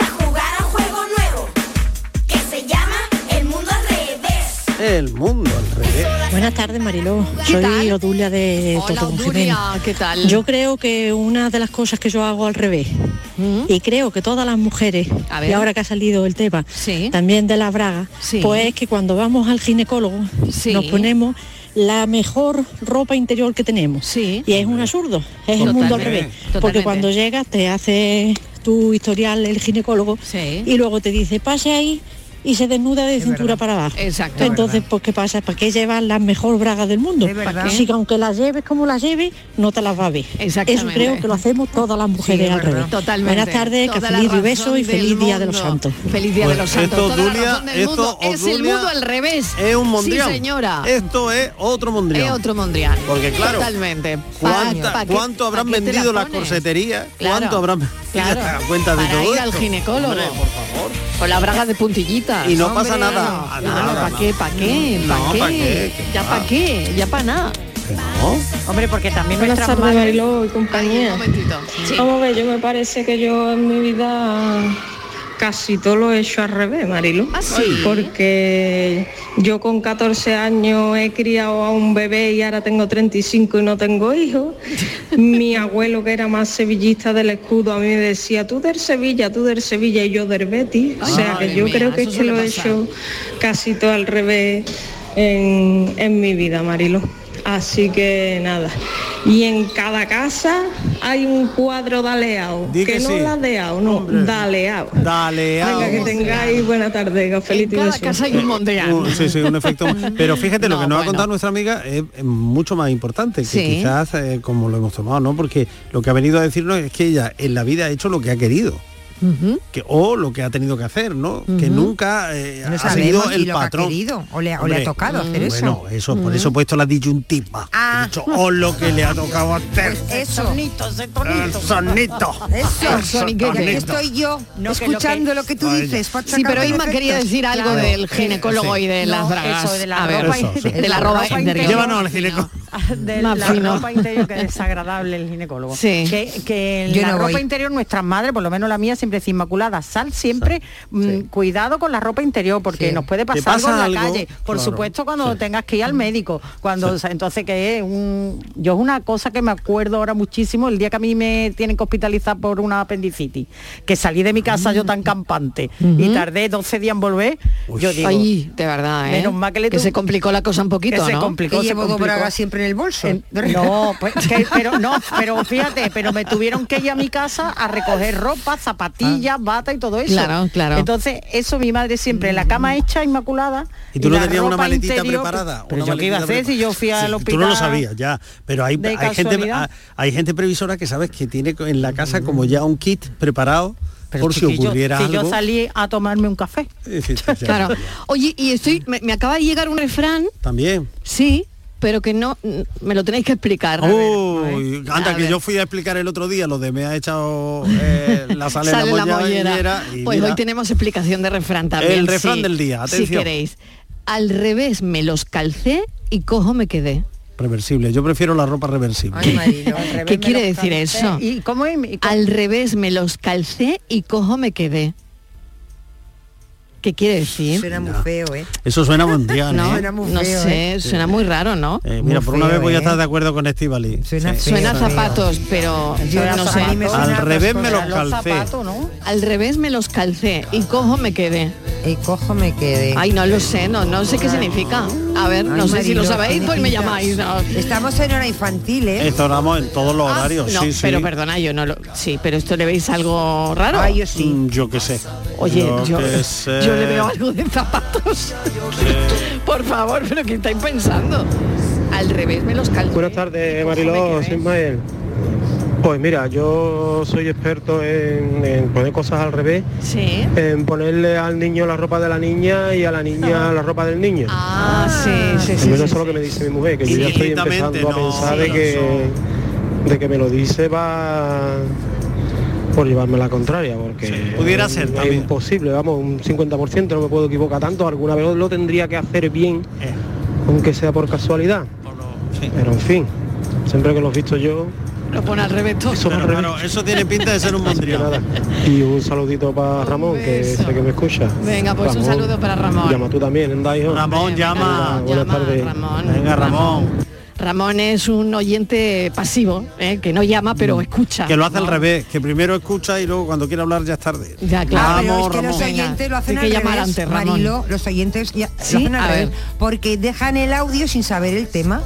[SPEAKER 10] a jugar a un juego nuevo que se llama El Mundo al Revés.
[SPEAKER 14] El mundo al revés.
[SPEAKER 28] Buenas tardes, Mariló. Soy Odulia de
[SPEAKER 13] Hola,
[SPEAKER 28] Toto
[SPEAKER 13] Odulia, ¿qué tal?
[SPEAKER 28] Yo creo que una de las cosas que yo hago al revés, y creo que todas las mujeres,
[SPEAKER 13] Mm. ver.
[SPEAKER 28] y ahora que ha salido el tema también de la braga, pues es que cuando vamos al ginecólogo nos ponemos la mejor ropa interior que tenemos. Y es un absurdo, es el mundo al
[SPEAKER 13] Totalmente,
[SPEAKER 28] revés. Porque
[SPEAKER 13] totalmente.
[SPEAKER 28] cuando llegas te hace tu historial el ginecólogo y luego te dice, pase ahí y se desnuda de cintura para abajo. Exacto. Entonces, pues qué pasa, ¿para qué llevas las mejor bragas del mundo?
[SPEAKER 13] verdad.
[SPEAKER 28] Así que aunque las lleves como las lleves, no te las va a ver. Eso
[SPEAKER 13] Exactamente.
[SPEAKER 28] creo que lo hacemos todas las mujeres
[SPEAKER 13] Sí, es
[SPEAKER 28] al
[SPEAKER 13] verdad.
[SPEAKER 28] revés.
[SPEAKER 13] Totalmente.
[SPEAKER 28] Buenas tardes,
[SPEAKER 13] Toda la
[SPEAKER 28] feliz
[SPEAKER 13] razón
[SPEAKER 28] beso y
[SPEAKER 13] del
[SPEAKER 28] feliz Día de los
[SPEAKER 13] mundo.
[SPEAKER 28] Santos.
[SPEAKER 13] Feliz Día
[SPEAKER 14] Pues
[SPEAKER 13] de los Santos.
[SPEAKER 14] esto,
[SPEAKER 13] Toda la
[SPEAKER 14] Dulia,
[SPEAKER 13] razón del
[SPEAKER 14] esto,
[SPEAKER 13] mundo es el
[SPEAKER 14] Odulia,
[SPEAKER 13] mundo al revés.
[SPEAKER 14] Es un mondrián.
[SPEAKER 13] Sí, señora.
[SPEAKER 14] Esto es otro mondrián.
[SPEAKER 13] Es otro mondrián.
[SPEAKER 14] Porque claro.
[SPEAKER 13] Totalmente.
[SPEAKER 14] ¿cuánta-
[SPEAKER 13] Pa- pa' qué-
[SPEAKER 14] ¿Cuánto
[SPEAKER 13] pa'
[SPEAKER 14] habrán
[SPEAKER 13] qué te
[SPEAKER 14] vendido las
[SPEAKER 13] pones?
[SPEAKER 14] corseterías?
[SPEAKER 13] Claro.
[SPEAKER 14] ¿Cuánto habrán
[SPEAKER 13] Claro.
[SPEAKER 14] ¿Te das cuenta de
[SPEAKER 13] Para
[SPEAKER 14] todo
[SPEAKER 13] ir al
[SPEAKER 14] esto?
[SPEAKER 13] ginecólogo.
[SPEAKER 14] Hombre, por favor.
[SPEAKER 13] Con la braga de puntillitas.
[SPEAKER 14] Y no pasa nada, a nada,
[SPEAKER 13] ¿Para qué? ¿Para qué?
[SPEAKER 14] No,
[SPEAKER 13] ¿Para
[SPEAKER 14] ¿pa'
[SPEAKER 13] qué?
[SPEAKER 14] qué?
[SPEAKER 13] Ya para qué, ya para nada.
[SPEAKER 16] Hombre, porque también
[SPEAKER 28] Buenas
[SPEAKER 16] nuestras
[SPEAKER 28] tardes,
[SPEAKER 16] madres-
[SPEAKER 28] Mariló y compañía. Vamos a ver, yo me parece que yo en mi vida casi todo lo he hecho al revés, Marilu.
[SPEAKER 13] ¿Ah, sí?
[SPEAKER 28] Porque yo con 14 años he criado a un bebé y ahora tengo 35 y no tengo hijos. mi abuelo, que era más sevillista del escudo, a mí me decía, tú del Sevilla, tú del Sevilla y yo del Betis. O
[SPEAKER 29] Ay,
[SPEAKER 28] sea, que
[SPEAKER 29] madre
[SPEAKER 28] yo
[SPEAKER 29] mía,
[SPEAKER 28] creo que
[SPEAKER 29] eso
[SPEAKER 28] es que
[SPEAKER 29] suele
[SPEAKER 28] lo he
[SPEAKER 29] pasar.
[SPEAKER 28] hecho casi todo al revés en, en mi vida, Marilo. Así que nada. Y en cada casa hay un cuadro daleado.
[SPEAKER 14] Di
[SPEAKER 28] que
[SPEAKER 14] que
[SPEAKER 28] no
[SPEAKER 14] sí.
[SPEAKER 28] daleado, no, daleado.
[SPEAKER 14] Daleao.
[SPEAKER 28] Venga, que tengáis buena tarde, cafelito y besos.
[SPEAKER 14] Un- Uh, Sí, sí, un efecto. Pero fíjate, lo que nos ha contado nuestra amiga es, es mucho más importante, que
[SPEAKER 28] Sí.
[SPEAKER 14] quizás eh, como lo hemos tomado, ¿no? Porque lo que ha venido a decirnos es que ella en la vida ha hecho lo que ha querido. Que, o lo que ha tenido que hacer, ¿no? Que
[SPEAKER 15] Ujú.
[SPEAKER 14] nunca eh,
[SPEAKER 15] No
[SPEAKER 14] ha
[SPEAKER 15] sabemos
[SPEAKER 14] seguido
[SPEAKER 15] si
[SPEAKER 14] el
[SPEAKER 15] lo que ha
[SPEAKER 14] patrón. mm,
[SPEAKER 15] querido, o le ha- o le ha tocado hacer
[SPEAKER 14] bueno,
[SPEAKER 15] eso.
[SPEAKER 14] eso, por eso he puesto la disyuntiva. He dicho, o lo que le ha tocado hacer.
[SPEAKER 15] Eso.
[SPEAKER 14] El sonito.
[SPEAKER 15] Eso.
[SPEAKER 14] El soniquete.
[SPEAKER 15] Que aquí estoy yo
[SPEAKER 14] No, que lo
[SPEAKER 15] escuchando
[SPEAKER 14] que-
[SPEAKER 15] lo que tú
[SPEAKER 14] Ay,
[SPEAKER 15] dices. para
[SPEAKER 13] Sí, pero
[SPEAKER 15] sacar
[SPEAKER 13] Inma
[SPEAKER 15] defectos.
[SPEAKER 13] quería decir algo
[SPEAKER 15] Claro.
[SPEAKER 13] del ginecólogo y de
[SPEAKER 15] No,
[SPEAKER 13] las dragas.
[SPEAKER 16] eso, de la
[SPEAKER 13] A ver,
[SPEAKER 16] ropa in-
[SPEAKER 13] de
[SPEAKER 16] de
[SPEAKER 13] la
[SPEAKER 16] la
[SPEAKER 13] ropa
[SPEAKER 16] ropa
[SPEAKER 13] interior.
[SPEAKER 16] interior.
[SPEAKER 14] Llévanos al ginecólogo.
[SPEAKER 16] de
[SPEAKER 13] Más
[SPEAKER 16] la
[SPEAKER 13] fino.
[SPEAKER 16] ropa interior que es desagradable el ginecólogo.
[SPEAKER 13] Sí.
[SPEAKER 16] Que, que
[SPEAKER 13] Yo
[SPEAKER 16] la
[SPEAKER 13] no
[SPEAKER 16] ropa
[SPEAKER 13] voy.
[SPEAKER 16] interior, nuestras madres, por lo menos la mía, siempre es inmaculada. Sal siempre, mm, cuidado con la ropa interior, porque nos puede
[SPEAKER 13] ¿Te
[SPEAKER 16] pasar algo
[SPEAKER 13] pasa
[SPEAKER 16] en la
[SPEAKER 13] algo?
[SPEAKER 16] calle. Por
[SPEAKER 13] Claro. Mm.
[SPEAKER 16] supuesto, cuando tengas que ir al médico. cuando o sea, Entonces, que es un... Yo es una cosa que me acuerdo ahora muchísimo, el día que a mí me tienen que hospitalizar por una apendicitis, que salí de mi casa yo tan campante y
[SPEAKER 13] Mm. Ujú.
[SPEAKER 16] tardé 12 días en volver, yo digo...
[SPEAKER 13] Ay, de verdad, ¿eh?
[SPEAKER 16] Menos mal que le
[SPEAKER 13] se complicó la cosa un poquito,
[SPEAKER 16] que
[SPEAKER 13] ¿no?
[SPEAKER 16] se complicó, se complicó.
[SPEAKER 15] siempre en el bolso.
[SPEAKER 16] no, pues, que- pero no, pero fíjate, pero me tuvieron que ir a mi casa a recoger ropa, zapatillas, bata y todo eso.
[SPEAKER 13] Ah. Claro, claro. Mm.
[SPEAKER 16] Entonces, eso mi madre siempre, la cama hecha, inmaculada.
[SPEAKER 14] ¿Y tú no
[SPEAKER 16] la
[SPEAKER 14] tenías una
[SPEAKER 16] ropa
[SPEAKER 14] maletita
[SPEAKER 16] interior- pues,
[SPEAKER 14] preparada?
[SPEAKER 16] Pero
[SPEAKER 14] Una
[SPEAKER 16] yo qué iba a
[SPEAKER 14] maletita
[SPEAKER 16] hacer si yo fui
[SPEAKER 14] Sí,
[SPEAKER 16] al hospital.
[SPEAKER 14] Tú no lo sabías ya, pero hay,
[SPEAKER 16] de
[SPEAKER 14] hay gente
[SPEAKER 16] casualidad.
[SPEAKER 14] ha- hay gente previsora que sabes que tiene en la casa como ya un kit preparado
[SPEAKER 16] Pero
[SPEAKER 14] por si
[SPEAKER 16] chiquillo,
[SPEAKER 14] ocurriera
[SPEAKER 16] si yo
[SPEAKER 14] algo.
[SPEAKER 16] salí a tomarme un café.
[SPEAKER 14] efectivamente.
[SPEAKER 13] Claro. Oye, y estoy, me, me acaba de llegar un refrán,
[SPEAKER 14] También.
[SPEAKER 13] sí, pero que no, me lo tenéis que explicar. a ver.
[SPEAKER 14] Uy, anda,
[SPEAKER 13] a
[SPEAKER 14] que
[SPEAKER 13] ver.
[SPEAKER 14] yo fui a explicar el otro día lo de me ha echado eh, la sal en
[SPEAKER 13] Sale
[SPEAKER 14] la
[SPEAKER 13] la
[SPEAKER 14] mollera.
[SPEAKER 13] mollera.
[SPEAKER 14] y
[SPEAKER 13] Pues
[SPEAKER 14] mira,
[SPEAKER 13] hoy tenemos explicación de refrán también.
[SPEAKER 14] El refrán
[SPEAKER 13] sí,
[SPEAKER 14] del día,
[SPEAKER 13] Si
[SPEAKER 14] atención.
[SPEAKER 13] queréis. Al revés me los calcé y cojo me quedé.
[SPEAKER 14] Reversible, yo prefiero la ropa reversible.
[SPEAKER 13] ¿Qué quiere decir eso?
[SPEAKER 16] ¿Y cómo,
[SPEAKER 13] Al revés me los calcé y cojo me quedé. ¿Qué quiere decir?
[SPEAKER 15] Suena muy feo, ¿eh?
[SPEAKER 14] Eso suena mundial,
[SPEAKER 13] No,
[SPEAKER 14] ¿eh?
[SPEAKER 13] no sé, suena muy raro, ¿no?
[SPEAKER 14] Eh, mira, por una vez voy a estar de acuerdo con Estivali.
[SPEAKER 13] Suena a zapatos, pero yo
[SPEAKER 14] Suena
[SPEAKER 13] no
[SPEAKER 14] a
[SPEAKER 13] sé.
[SPEAKER 14] zapatos. Al revés
[SPEAKER 13] pues
[SPEAKER 14] me los calcé.
[SPEAKER 13] Al revés me los calcé y cojo me quedé.
[SPEAKER 15] Y cojo me quedé.
[SPEAKER 13] Ay, no lo sé, no, no sé qué significa. Ah, A ver, no
[SPEAKER 15] Ay,
[SPEAKER 13] sé si lo
[SPEAKER 15] Mariló,
[SPEAKER 13] sabéis,
[SPEAKER 15] tiene
[SPEAKER 13] pues me
[SPEAKER 15] pinta.
[SPEAKER 13] llamáis. ¿no?
[SPEAKER 15] Estamos en hora infantil, ¿eh?
[SPEAKER 14] Esto hablamos en todos los horarios,
[SPEAKER 13] ah, No,
[SPEAKER 14] sí, sí.
[SPEAKER 13] pero perdona, yo no lo. Sí, pero esto le veis algo raro.
[SPEAKER 14] Ah, Mm, Yo qué sé.
[SPEAKER 13] Oye, yo,
[SPEAKER 14] qué sé.
[SPEAKER 13] yo le veo algo de zapatos. Por favor, pero ¿qué estáis pensando? Al revés me los calcé.
[SPEAKER 30] Buenas tardes, Mariló, soy Ismael. Pues mira, yo soy experto en, en poner cosas al revés, en ponerle al niño la ropa de la niña y a la niña la ropa del niño.
[SPEAKER 13] Ah, sí, sí,
[SPEAKER 30] Al
[SPEAKER 13] sí.
[SPEAKER 30] menos
[SPEAKER 13] sí,
[SPEAKER 30] eso es lo que me dice mi mujer, que yo ya estoy
[SPEAKER 14] Indistintamente,
[SPEAKER 30] empezando a
[SPEAKER 14] no,
[SPEAKER 30] pensar de
[SPEAKER 14] sí,
[SPEAKER 30] que, de que me lo dice va por llevarme la contraria, porque
[SPEAKER 14] pudiera ser
[SPEAKER 30] es
[SPEAKER 14] también.
[SPEAKER 30] imposible, vamos, un 50% no me puedo equivocar tanto, alguna vez lo tendría que hacer bien,
[SPEAKER 14] Eh.
[SPEAKER 30] aunque sea por casualidad. Pero en fin, siempre que los he visto yo,
[SPEAKER 13] Lo pone al revés todo.
[SPEAKER 14] Pero, claro, eso tiene pinta de ser un mondrian.
[SPEAKER 30] y un saludito para Ramón, que sé que me escucha.
[SPEAKER 13] Venga, pues un saludo para Ramón.
[SPEAKER 30] Llama tú también, anda, hijo.
[SPEAKER 14] Ramón, llama.
[SPEAKER 30] Venga, Buenas tardes.
[SPEAKER 14] Venga, Ramón.
[SPEAKER 13] Ramón es un oyente pasivo, ¿eh? que no llama, pero escucha.
[SPEAKER 14] Mm. Que lo hace al
[SPEAKER 13] ¿no?
[SPEAKER 14] revés, que primero escucha y luego cuando quiere hablar ya es tarde.
[SPEAKER 13] Ya, claro.
[SPEAKER 14] Vamos,
[SPEAKER 15] Ah, pero es que los
[SPEAKER 14] Ramón.
[SPEAKER 15] oyentes lo hacen
[SPEAKER 13] Hay que
[SPEAKER 15] al
[SPEAKER 13] llamar
[SPEAKER 15] revés,
[SPEAKER 13] antes, Ramón.
[SPEAKER 15] Marilo, los oyentes ya
[SPEAKER 13] Sí,
[SPEAKER 15] lo hacen al
[SPEAKER 13] a
[SPEAKER 15] revés,
[SPEAKER 13] ver.
[SPEAKER 15] porque dejan el audio sin saber el tema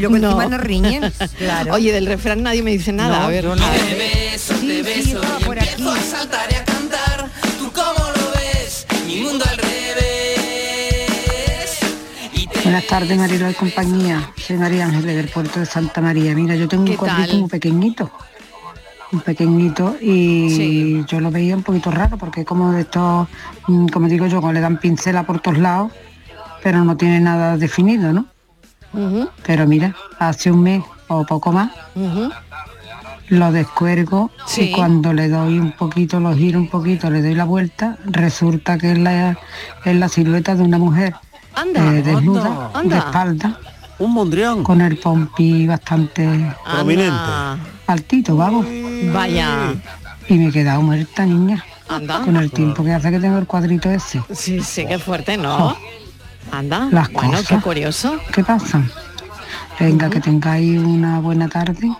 [SPEAKER 15] luego encima nos riñen. Claro.
[SPEAKER 13] Oye, del refrán nadie me dice nada.
[SPEAKER 15] No,
[SPEAKER 13] a ver,
[SPEAKER 15] yo
[SPEAKER 13] a ver.
[SPEAKER 31] beso, te beso y empiezo a saltar y a cantar. ¿Tú cómo lo ves? Mi mundo al revés.
[SPEAKER 20] Buenas tardes, Marilo de compañía. Soy María Ángeles del puerto de Santa María. Mira, yo tengo
[SPEAKER 31] ¿Qué
[SPEAKER 20] un cuadrito
[SPEAKER 31] tal?
[SPEAKER 20] muy pequeñito, un pequeñito, y yo lo veía un poquito raro porque como de estos, mm, como digo yo, como le dan pincela por todos lados, pero no tiene nada definido, ¿no? Pero mira, hace un mes o poco más lo descuergo
[SPEAKER 31] Sí.
[SPEAKER 20] y cuando le doy un poquito, lo giro un poquito, le doy la vuelta, resulta que es la, es la silueta de una mujer
[SPEAKER 13] Anda,
[SPEAKER 20] eh, desnuda,
[SPEAKER 14] anda,
[SPEAKER 20] de
[SPEAKER 14] anda.
[SPEAKER 20] espalda.
[SPEAKER 14] Un mondrián.
[SPEAKER 20] Con el pompi bastante
[SPEAKER 14] Prominente.
[SPEAKER 20] altito, vamos.
[SPEAKER 13] Vaya.
[SPEAKER 20] Y me he quedado muerta, niña.
[SPEAKER 13] Anda.
[SPEAKER 20] Con el tiempo que hace que tengo el cuadrito ese.
[SPEAKER 13] Sí, sí, qué fuerte, ¿no? Anda.
[SPEAKER 20] Las
[SPEAKER 13] bueno,
[SPEAKER 20] cosas.
[SPEAKER 13] qué curioso.
[SPEAKER 20] ¿Qué pasa? Venga, que tengáis una buena tarde.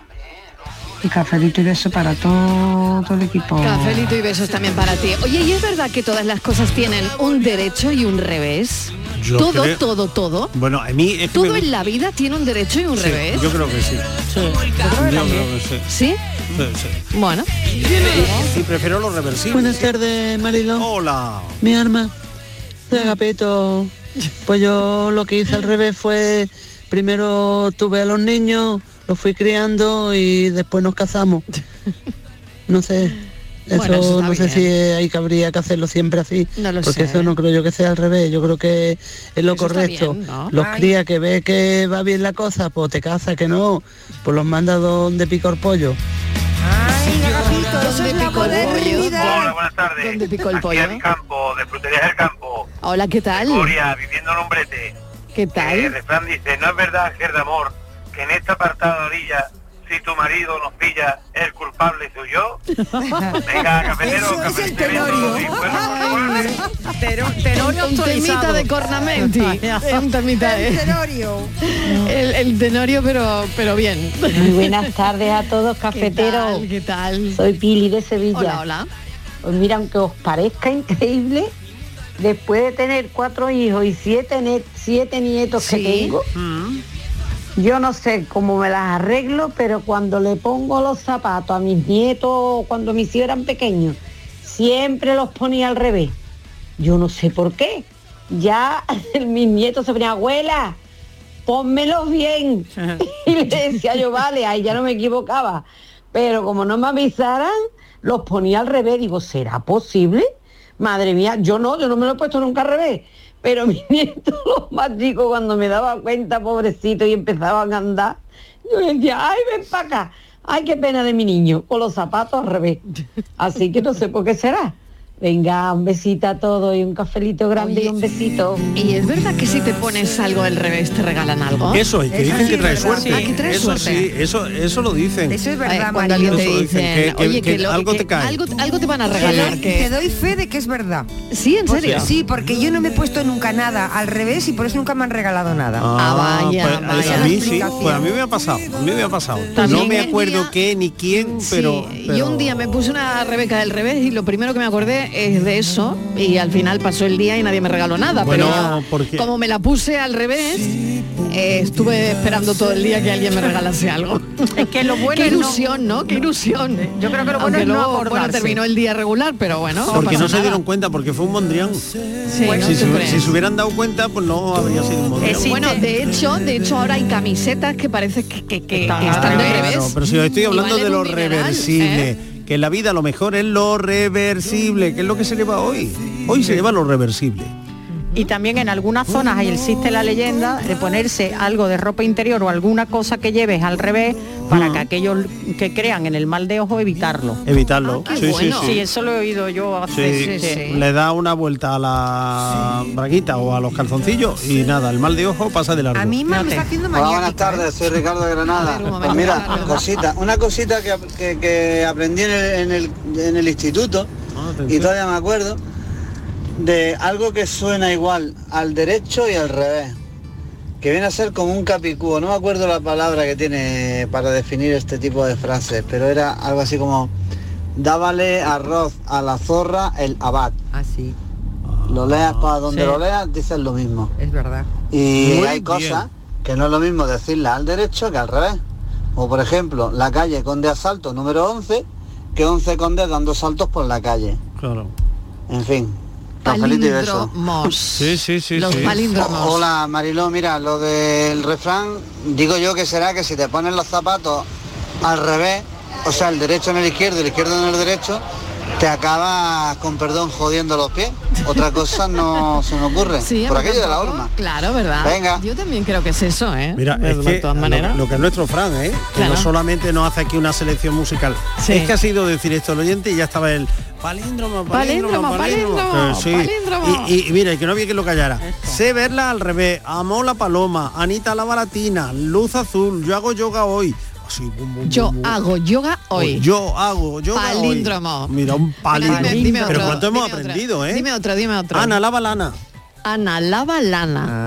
[SPEAKER 20] Y cafelito y beso para todo el equipo.
[SPEAKER 13] Cafelito y besos también para ti. Oye, ¿y es verdad que todas las cosas tienen un derecho y un revés?
[SPEAKER 20] Yo
[SPEAKER 13] todo,
[SPEAKER 20] creo-
[SPEAKER 13] todo, todo.
[SPEAKER 14] Bueno, a mí es que
[SPEAKER 13] Todo
[SPEAKER 14] me-
[SPEAKER 13] en la vida tiene un derecho y un
[SPEAKER 14] Sí,
[SPEAKER 13] revés.
[SPEAKER 14] Yo creo que sí. Yo creo que sí.
[SPEAKER 13] ¿Sí?
[SPEAKER 14] Sí, sí.
[SPEAKER 13] Bueno.
[SPEAKER 14] Sí, prefiero los reversibles.
[SPEAKER 20] Buenas tardes, Marilo.
[SPEAKER 14] Hola.
[SPEAKER 20] Mi arma. De agapeto. Pues yo lo que hice al revés fue, primero tuve a los niños, los fui criando y después nos casamos. No sé. Eso,
[SPEAKER 31] Bueno, eso está
[SPEAKER 20] no sé
[SPEAKER 31] bien.
[SPEAKER 20] si hay que habría que hacerlo siempre así,
[SPEAKER 31] No lo
[SPEAKER 20] porque
[SPEAKER 31] sé.
[SPEAKER 20] eso no creo yo que sea al revés, yo creo que es lo
[SPEAKER 31] Eso está
[SPEAKER 20] correcto.
[SPEAKER 31] bien, ¿no?
[SPEAKER 20] Los
[SPEAKER 31] Ay.
[SPEAKER 20] cría que ve que va bien la cosa, pues te casas, que no, pues los manda donde picor pollo.
[SPEAKER 13] ¿Dónde picó el pollo?
[SPEAKER 10] Hola, buenas tardes.
[SPEAKER 13] ¿Dónde picó el
[SPEAKER 10] Aquí
[SPEAKER 13] pollo?
[SPEAKER 10] a mi campo, de fruterías del campo.
[SPEAKER 13] Hola, ¿qué
[SPEAKER 10] de
[SPEAKER 13] tal?
[SPEAKER 10] Coria, viviendo en Hombrete.
[SPEAKER 13] ¿Qué
[SPEAKER 10] Eh, El
[SPEAKER 13] tal?
[SPEAKER 10] refrán dice, no es verdad, Ger de amor, que en esta apartada orilla, si tu marido nos pilla, el culpable soy yo. Venga, cafetero, cafetero.
[SPEAKER 16] Eh,
[SPEAKER 13] Tenorio un temita
[SPEAKER 16] autorizado.
[SPEAKER 13] de Cornamenti. Es un temita de...
[SPEAKER 16] El
[SPEAKER 13] tenorio. El, el tenorio, pero, pero bien.
[SPEAKER 21] Muy buenas tardes a todos, cafeteros.
[SPEAKER 13] ¿Qué tal?
[SPEAKER 21] Soy Pili de Sevilla.
[SPEAKER 13] Hola, hola.
[SPEAKER 21] Pues mira, aunque os parezca increíble, después de tener cuatro hijos y siete, ne- siete nietos que tengo,
[SPEAKER 13] Mm.
[SPEAKER 21] yo no sé cómo me las arreglo, pero cuando le pongo los zapatos a mis nietos, cuando mis hijos eran pequeños, siempre los ponía al revés. Yo no sé por qué. Ya mis nietos se ponían, abuela, pónmelos bien. y le decía yo, vale, ahí ya no me equivocaba. Pero como no me avisaran, los ponía al revés. Digo, ¿será posible? Madre mía, yo no, yo no me lo he puesto nunca al revés. Pero mi nieto, los más chicos, cuando me daba cuenta, pobrecito, y empezaban a andar, yo decía, ay, ven para acá, ay, qué pena de mi niño, con los zapatos al revés. Así que no sé por qué será. Venga, un besito a todos y un cafelito grande y un besito.
[SPEAKER 13] Y es verdad que si te pones algo al revés te regalan algo.
[SPEAKER 14] Eso, y que dicen que trae suerte.
[SPEAKER 13] Ah, que trae
[SPEAKER 14] eso
[SPEAKER 13] suerte.
[SPEAKER 14] sí, eso, eso lo dicen.
[SPEAKER 15] Eso es
[SPEAKER 13] Eh,
[SPEAKER 15] verdad,
[SPEAKER 13] cuando alguien te
[SPEAKER 14] Eso
[SPEAKER 13] dice,
[SPEAKER 14] dicen, que- que-
[SPEAKER 13] oye, que,
[SPEAKER 14] que
[SPEAKER 13] lo-
[SPEAKER 14] algo
[SPEAKER 13] que-
[SPEAKER 14] te cae.
[SPEAKER 13] Algo, algo te van a
[SPEAKER 15] Te
[SPEAKER 13] regalar.
[SPEAKER 15] doy-
[SPEAKER 13] que-
[SPEAKER 15] Te doy fe de que es verdad.
[SPEAKER 13] Sí, en serio.
[SPEAKER 15] Sí, porque yo no me he puesto nunca nada al revés y por eso nunca me han regalado nada.
[SPEAKER 14] Ah, pues, a-
[SPEAKER 15] Esa es
[SPEAKER 14] A
[SPEAKER 15] la
[SPEAKER 14] mí sí,
[SPEAKER 15] explicación.
[SPEAKER 14] pues a mí me ha pasado, a mí me ha pasado.
[SPEAKER 13] También
[SPEAKER 14] no me
[SPEAKER 13] el
[SPEAKER 14] acuerdo
[SPEAKER 13] día-
[SPEAKER 14] qué ni quién, pero...
[SPEAKER 13] Sí,
[SPEAKER 14] pero-
[SPEAKER 13] yo un día me puse una Rebeca del revés y lo primero que me acordé es de eso y al final pasó el día y nadie me regaló nada.
[SPEAKER 14] Bueno,
[SPEAKER 13] pero
[SPEAKER 14] porque-
[SPEAKER 13] como me la puse al revés, eh, estuve esperando todo el día que alguien me regalase algo.
[SPEAKER 16] Es que lo bueno
[SPEAKER 13] Qué
[SPEAKER 16] es no-
[SPEAKER 13] ilusión, ¿no? Qué ilusión. Yo creo
[SPEAKER 16] que lo bueno es no acordarse.
[SPEAKER 13] terminó el día regular, pero bueno.
[SPEAKER 14] porque no
[SPEAKER 13] pasa
[SPEAKER 14] se
[SPEAKER 13] nada.
[SPEAKER 14] dieron cuenta, porque fue un Mondrian.
[SPEAKER 13] Bueno,
[SPEAKER 14] si,
[SPEAKER 13] ¿tú
[SPEAKER 14] se,
[SPEAKER 13] crees?
[SPEAKER 14] si se hubieran dado cuenta, pues no habría sido un Mondrian.
[SPEAKER 13] Bueno, de hecho, de hecho ahora hay camisetas que parece que, que- que- que están de
[SPEAKER 14] Claro,
[SPEAKER 13] revés.
[SPEAKER 14] pero si os estoy
[SPEAKER 13] Y
[SPEAKER 14] hablando
[SPEAKER 13] valen
[SPEAKER 10] valen
[SPEAKER 14] de lo
[SPEAKER 13] un dineral,
[SPEAKER 14] reversible, que en la vida lo mejor es lo reversible, que es lo que se lleva hoy. Hoy se lleva lo reversible.
[SPEAKER 16] Y también en algunas zonas ahí existe la leyenda de ponerse algo de ropa interior o alguna cosa que lleves al revés para que aquellos que crean en el mal de ojo evitarlo.
[SPEAKER 14] Evitarlo.
[SPEAKER 16] Ah, Sí,
[SPEAKER 14] sí, sí, sí.
[SPEAKER 16] eso lo he oído yo
[SPEAKER 14] Sí,
[SPEAKER 16] hace
[SPEAKER 14] le da una vuelta a la braguita o a los calzoncillos y nada, el mal de ojo pasa de largo.
[SPEAKER 15] A mí me está haciendo ¿eh?
[SPEAKER 32] Hola,
[SPEAKER 15] mañana.
[SPEAKER 32] Ah, buenas tardes, soy Ricardo de Granada. Pues mira, cosita, una cosita que, que- que aprendí en el, en el- en el instituto y todavía me acuerdo de algo que suena igual al derecho y al revés, que viene a ser como un capicúo. No me acuerdo la palabra que tiene para definir este tipo de frases, pero era algo así como dábale arroz a la zorra el abad.
[SPEAKER 15] Así.
[SPEAKER 32] Lo leas para donde
[SPEAKER 15] Ah, Sí.
[SPEAKER 32] lo leas, dices lo mismo.
[SPEAKER 15] Es verdad.
[SPEAKER 32] Y
[SPEAKER 15] Muy
[SPEAKER 32] hay
[SPEAKER 15] bien.
[SPEAKER 32] cosas que no es lo mismo decirlas al derecho que al revés. Como por ejemplo, la calle Conde Asalto número 11, que 11 condes dando saltos por la calle.
[SPEAKER 14] Claro.
[SPEAKER 32] En fin. cafelito y beso.
[SPEAKER 14] Sí, sí, sí.
[SPEAKER 32] Los
[SPEAKER 14] sí.
[SPEAKER 32] palíndromos. Hola Mariló, mira, lo del refrán, digo yo que será que si te pones los zapatos al revés, o sea, el derecho en el izquierdo y el izquierdo en el derecho, te acabas, con perdón, jodiendo los pies. Otra cosa no se me ocurre.
[SPEAKER 13] Sí, a
[SPEAKER 32] por
[SPEAKER 13] mí
[SPEAKER 32] aquello de la
[SPEAKER 13] tampoco.
[SPEAKER 32] horma.
[SPEAKER 13] Claro, ¿verdad?
[SPEAKER 32] Venga.
[SPEAKER 13] Yo también creo que es eso, ¿eh?
[SPEAKER 14] Mira,
[SPEAKER 13] de,
[SPEAKER 14] es
[SPEAKER 13] de
[SPEAKER 14] que
[SPEAKER 13] todas
[SPEAKER 14] lo-
[SPEAKER 13] maneras.
[SPEAKER 14] Lo, que es nuestro Fran, ¿eh? que
[SPEAKER 13] Claro.
[SPEAKER 14] no solamente nos hace aquí una selección musical.
[SPEAKER 13] Sí.
[SPEAKER 14] Es que ha sido decir esto al oyente y ya estaba el palíndromo, palíndromo,
[SPEAKER 13] Palíndromo, palíndromo,
[SPEAKER 14] Eh, sí.
[SPEAKER 13] palíndromo.
[SPEAKER 14] Y, y mira, y que no había que lo callara. Sé verla al revés, amó la paloma, Anita la baratina, luz azul, yo hago yoga hoy. Así, bum, bum,
[SPEAKER 13] Yo
[SPEAKER 14] bum, bum.
[SPEAKER 13] hago yoga hoy.
[SPEAKER 14] Yo hago yoga hoy.
[SPEAKER 13] Palíndromo.
[SPEAKER 14] Mira, un palíndromo.
[SPEAKER 13] Dime- dime
[SPEAKER 14] Pero
[SPEAKER 13] otro,
[SPEAKER 14] cuánto hemos
[SPEAKER 13] dime otro.
[SPEAKER 14] aprendido, ¿eh?
[SPEAKER 13] Dime otro, dime otro.
[SPEAKER 14] Ana, lava Ah. lana.
[SPEAKER 13] Ana lava lana.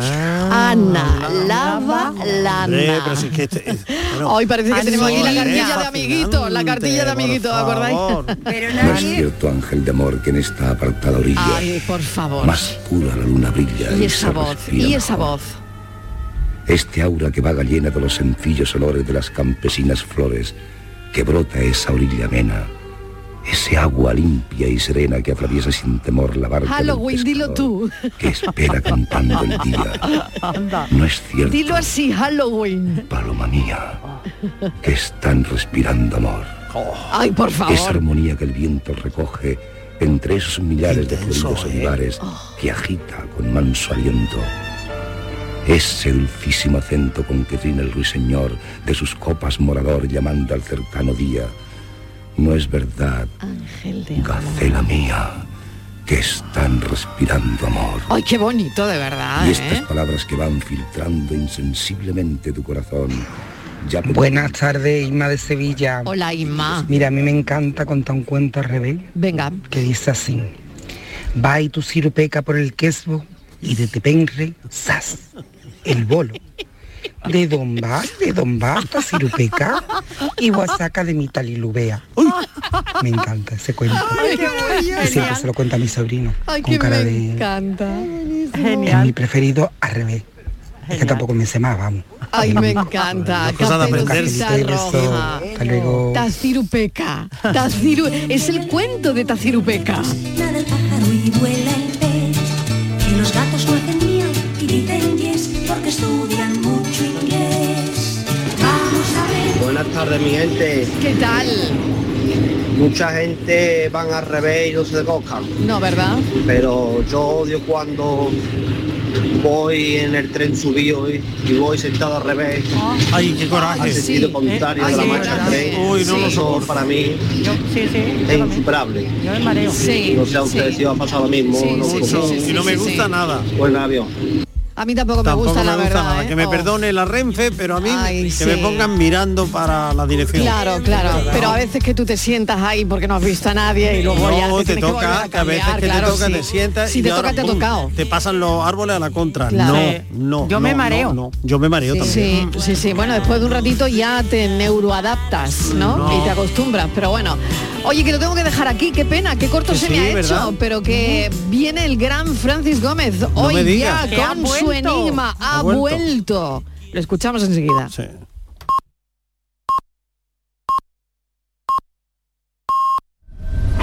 [SPEAKER 13] Ana lava
[SPEAKER 14] Eh,
[SPEAKER 13] lana.
[SPEAKER 14] pero si es que este- es- bueno.
[SPEAKER 13] Hoy parece que
[SPEAKER 14] Así
[SPEAKER 13] tenemos aquí la
[SPEAKER 14] es,
[SPEAKER 13] cartilla de
[SPEAKER 14] fascinante,
[SPEAKER 13] amiguitos, la cartilla de
[SPEAKER 14] por
[SPEAKER 13] amiguitos, ¿os ¿acordáis?
[SPEAKER 14] favor.
[SPEAKER 1] No es cierto, ángel de amor, que en esta apartada orilla
[SPEAKER 13] Ay, por favor.
[SPEAKER 1] más pura la luna brilla
[SPEAKER 13] Y
[SPEAKER 1] y,
[SPEAKER 13] esa
[SPEAKER 1] se
[SPEAKER 13] voz,
[SPEAKER 1] respira
[SPEAKER 13] y esa voz.
[SPEAKER 1] Este aura que vaga llena de los sencillos olores de las campesinas flores que brota a esa orilla amena, ese agua limpia y serena que atraviesa sin temor la barca del
[SPEAKER 13] Halloween, dilo tú.
[SPEAKER 1] que espera cantando el día. No es cierto,
[SPEAKER 13] Dilo así, Halloween.
[SPEAKER 1] paloma mía, que están respirando amor.
[SPEAKER 13] Ay, por
[SPEAKER 1] Esa
[SPEAKER 13] favor.
[SPEAKER 1] armonía que el viento recoge entre esos millares de
[SPEAKER 13] ¿eh?
[SPEAKER 1] floridos olivares
[SPEAKER 13] Oh.
[SPEAKER 1] que agita con manso aliento. Ese dulcísimo acento con que trina el ruiseñor de sus copas morador llamando al cercano día. No es verdad, gacela mía, que están respirando amor.
[SPEAKER 13] Ay, qué bonito, de verdad.
[SPEAKER 1] Y
[SPEAKER 13] ¿eh?
[SPEAKER 1] estas palabras que van filtrando insensiblemente tu corazón. Ya
[SPEAKER 22] Buenas tardes, Isma de Sevilla.
[SPEAKER 13] Hola, Isma.
[SPEAKER 22] Mira, a mí me encanta contar un cuento al revés.
[SPEAKER 13] Venga.
[SPEAKER 22] Que dice así. Va y tu sirupeca por el quesbo y de tepenre, ¡zas! El bolo. De don va, de don va hasta sirupeca y guasaca de mi talilubea. ¡Uy! Me encanta ese cuento.
[SPEAKER 10] Ay, qué
[SPEAKER 22] Y siempre se lo cuenta a mi sobrino.
[SPEAKER 10] Ay,
[SPEAKER 22] con
[SPEAKER 10] que
[SPEAKER 22] cara
[SPEAKER 10] me
[SPEAKER 22] de...
[SPEAKER 10] encanta.
[SPEAKER 22] Es mi preferido al revés. Es que tampoco me sé más, vamos.
[SPEAKER 13] Ay, me encanta.
[SPEAKER 14] pues
[SPEAKER 22] Cosa de
[SPEAKER 13] Caperucita
[SPEAKER 22] aprenderse.
[SPEAKER 13] roja.
[SPEAKER 22] Hasta luego.
[SPEAKER 13] Tacirupeca. Taciru... Es el cuento de Tacirupeca.
[SPEAKER 10] Nada el pájaro y vuela el pez. Y los gatos no hacen miau y dicen yes porque estudian mucho inglés. Vamos a ver.
[SPEAKER 23] Buenas tardes, mi gente.
[SPEAKER 13] ¿Qué tal?
[SPEAKER 4] Mucha gente van al revés y no se cojan.
[SPEAKER 13] No, ¿verdad?
[SPEAKER 4] Pero yo odio cuando voy en el tren subido y, y voy sentado al revés.
[SPEAKER 13] Ah.
[SPEAKER 14] Ay, qué coraje.
[SPEAKER 4] Al sentido
[SPEAKER 13] eh.
[SPEAKER 4] contrario de la marcha del tren.
[SPEAKER 14] Uy, no,
[SPEAKER 4] Eso para mí
[SPEAKER 16] Sí, sí.
[SPEAKER 4] es insuperable.
[SPEAKER 16] Yo me mareo. Sí,
[SPEAKER 4] No sé a ustedes
[SPEAKER 16] sí.
[SPEAKER 4] si os ha pasado lo mismo.
[SPEAKER 14] Sí,
[SPEAKER 4] ¿no? Pues
[SPEAKER 14] sí,
[SPEAKER 4] Porque
[SPEAKER 14] sí, sí, sí, Y no me sí, gusta sí. nada.
[SPEAKER 4] Buen avión.
[SPEAKER 13] A mí tampoco,
[SPEAKER 14] Tampoco
[SPEAKER 13] me gusta, la verdad.
[SPEAKER 14] nada.
[SPEAKER 13] ¿eh?
[SPEAKER 14] Que me
[SPEAKER 13] Oh.
[SPEAKER 14] perdone la Renfe, pero a mí
[SPEAKER 13] Ay,
[SPEAKER 14] que
[SPEAKER 13] sí.
[SPEAKER 14] me pongan mirando para la dirección.
[SPEAKER 13] Claro, claro. Pero a veces que tú te sientas ahí porque no has visto a nadie y luego ya
[SPEAKER 14] No, te
[SPEAKER 13] tienes que volver
[SPEAKER 14] toca,
[SPEAKER 13] a
[SPEAKER 14] que a veces
[SPEAKER 13] cambiar,
[SPEAKER 14] que
[SPEAKER 13] claro,
[SPEAKER 14] te toca,
[SPEAKER 13] sí.
[SPEAKER 14] te sientas
[SPEAKER 13] Si
[SPEAKER 14] y
[SPEAKER 13] te
[SPEAKER 14] ahora,
[SPEAKER 13] toca, te ha
[SPEAKER 14] pum,
[SPEAKER 13] tocado.
[SPEAKER 14] Te pasan los árboles a la contra.
[SPEAKER 13] Claro. Sí.
[SPEAKER 14] No, no.
[SPEAKER 13] Yo me
[SPEAKER 14] no,
[SPEAKER 13] mareo.
[SPEAKER 14] no, no. Yo me mareo
[SPEAKER 13] Sí,
[SPEAKER 14] también. Mm.
[SPEAKER 13] sí, sí, sí. Bueno, después de un ratito ya te neuroadaptas, ¿no?
[SPEAKER 14] No.
[SPEAKER 13] Y te acostumbras, pero bueno. Oye, que lo tengo que dejar aquí, qué pena, qué corto
[SPEAKER 14] Que
[SPEAKER 13] se
[SPEAKER 14] sí,
[SPEAKER 13] me ha
[SPEAKER 14] ¿verdad? Mm.
[SPEAKER 13] hecho, pero que viene el gran Francis Gómez
[SPEAKER 14] me
[SPEAKER 13] hoy ya
[SPEAKER 14] digas. Que ha
[SPEAKER 13] con su
[SPEAKER 14] vuelto.
[SPEAKER 13] enigma, ha,
[SPEAKER 14] Ha
[SPEAKER 13] vuelto.
[SPEAKER 14] vuelto.
[SPEAKER 13] Lo escuchamos enseguida.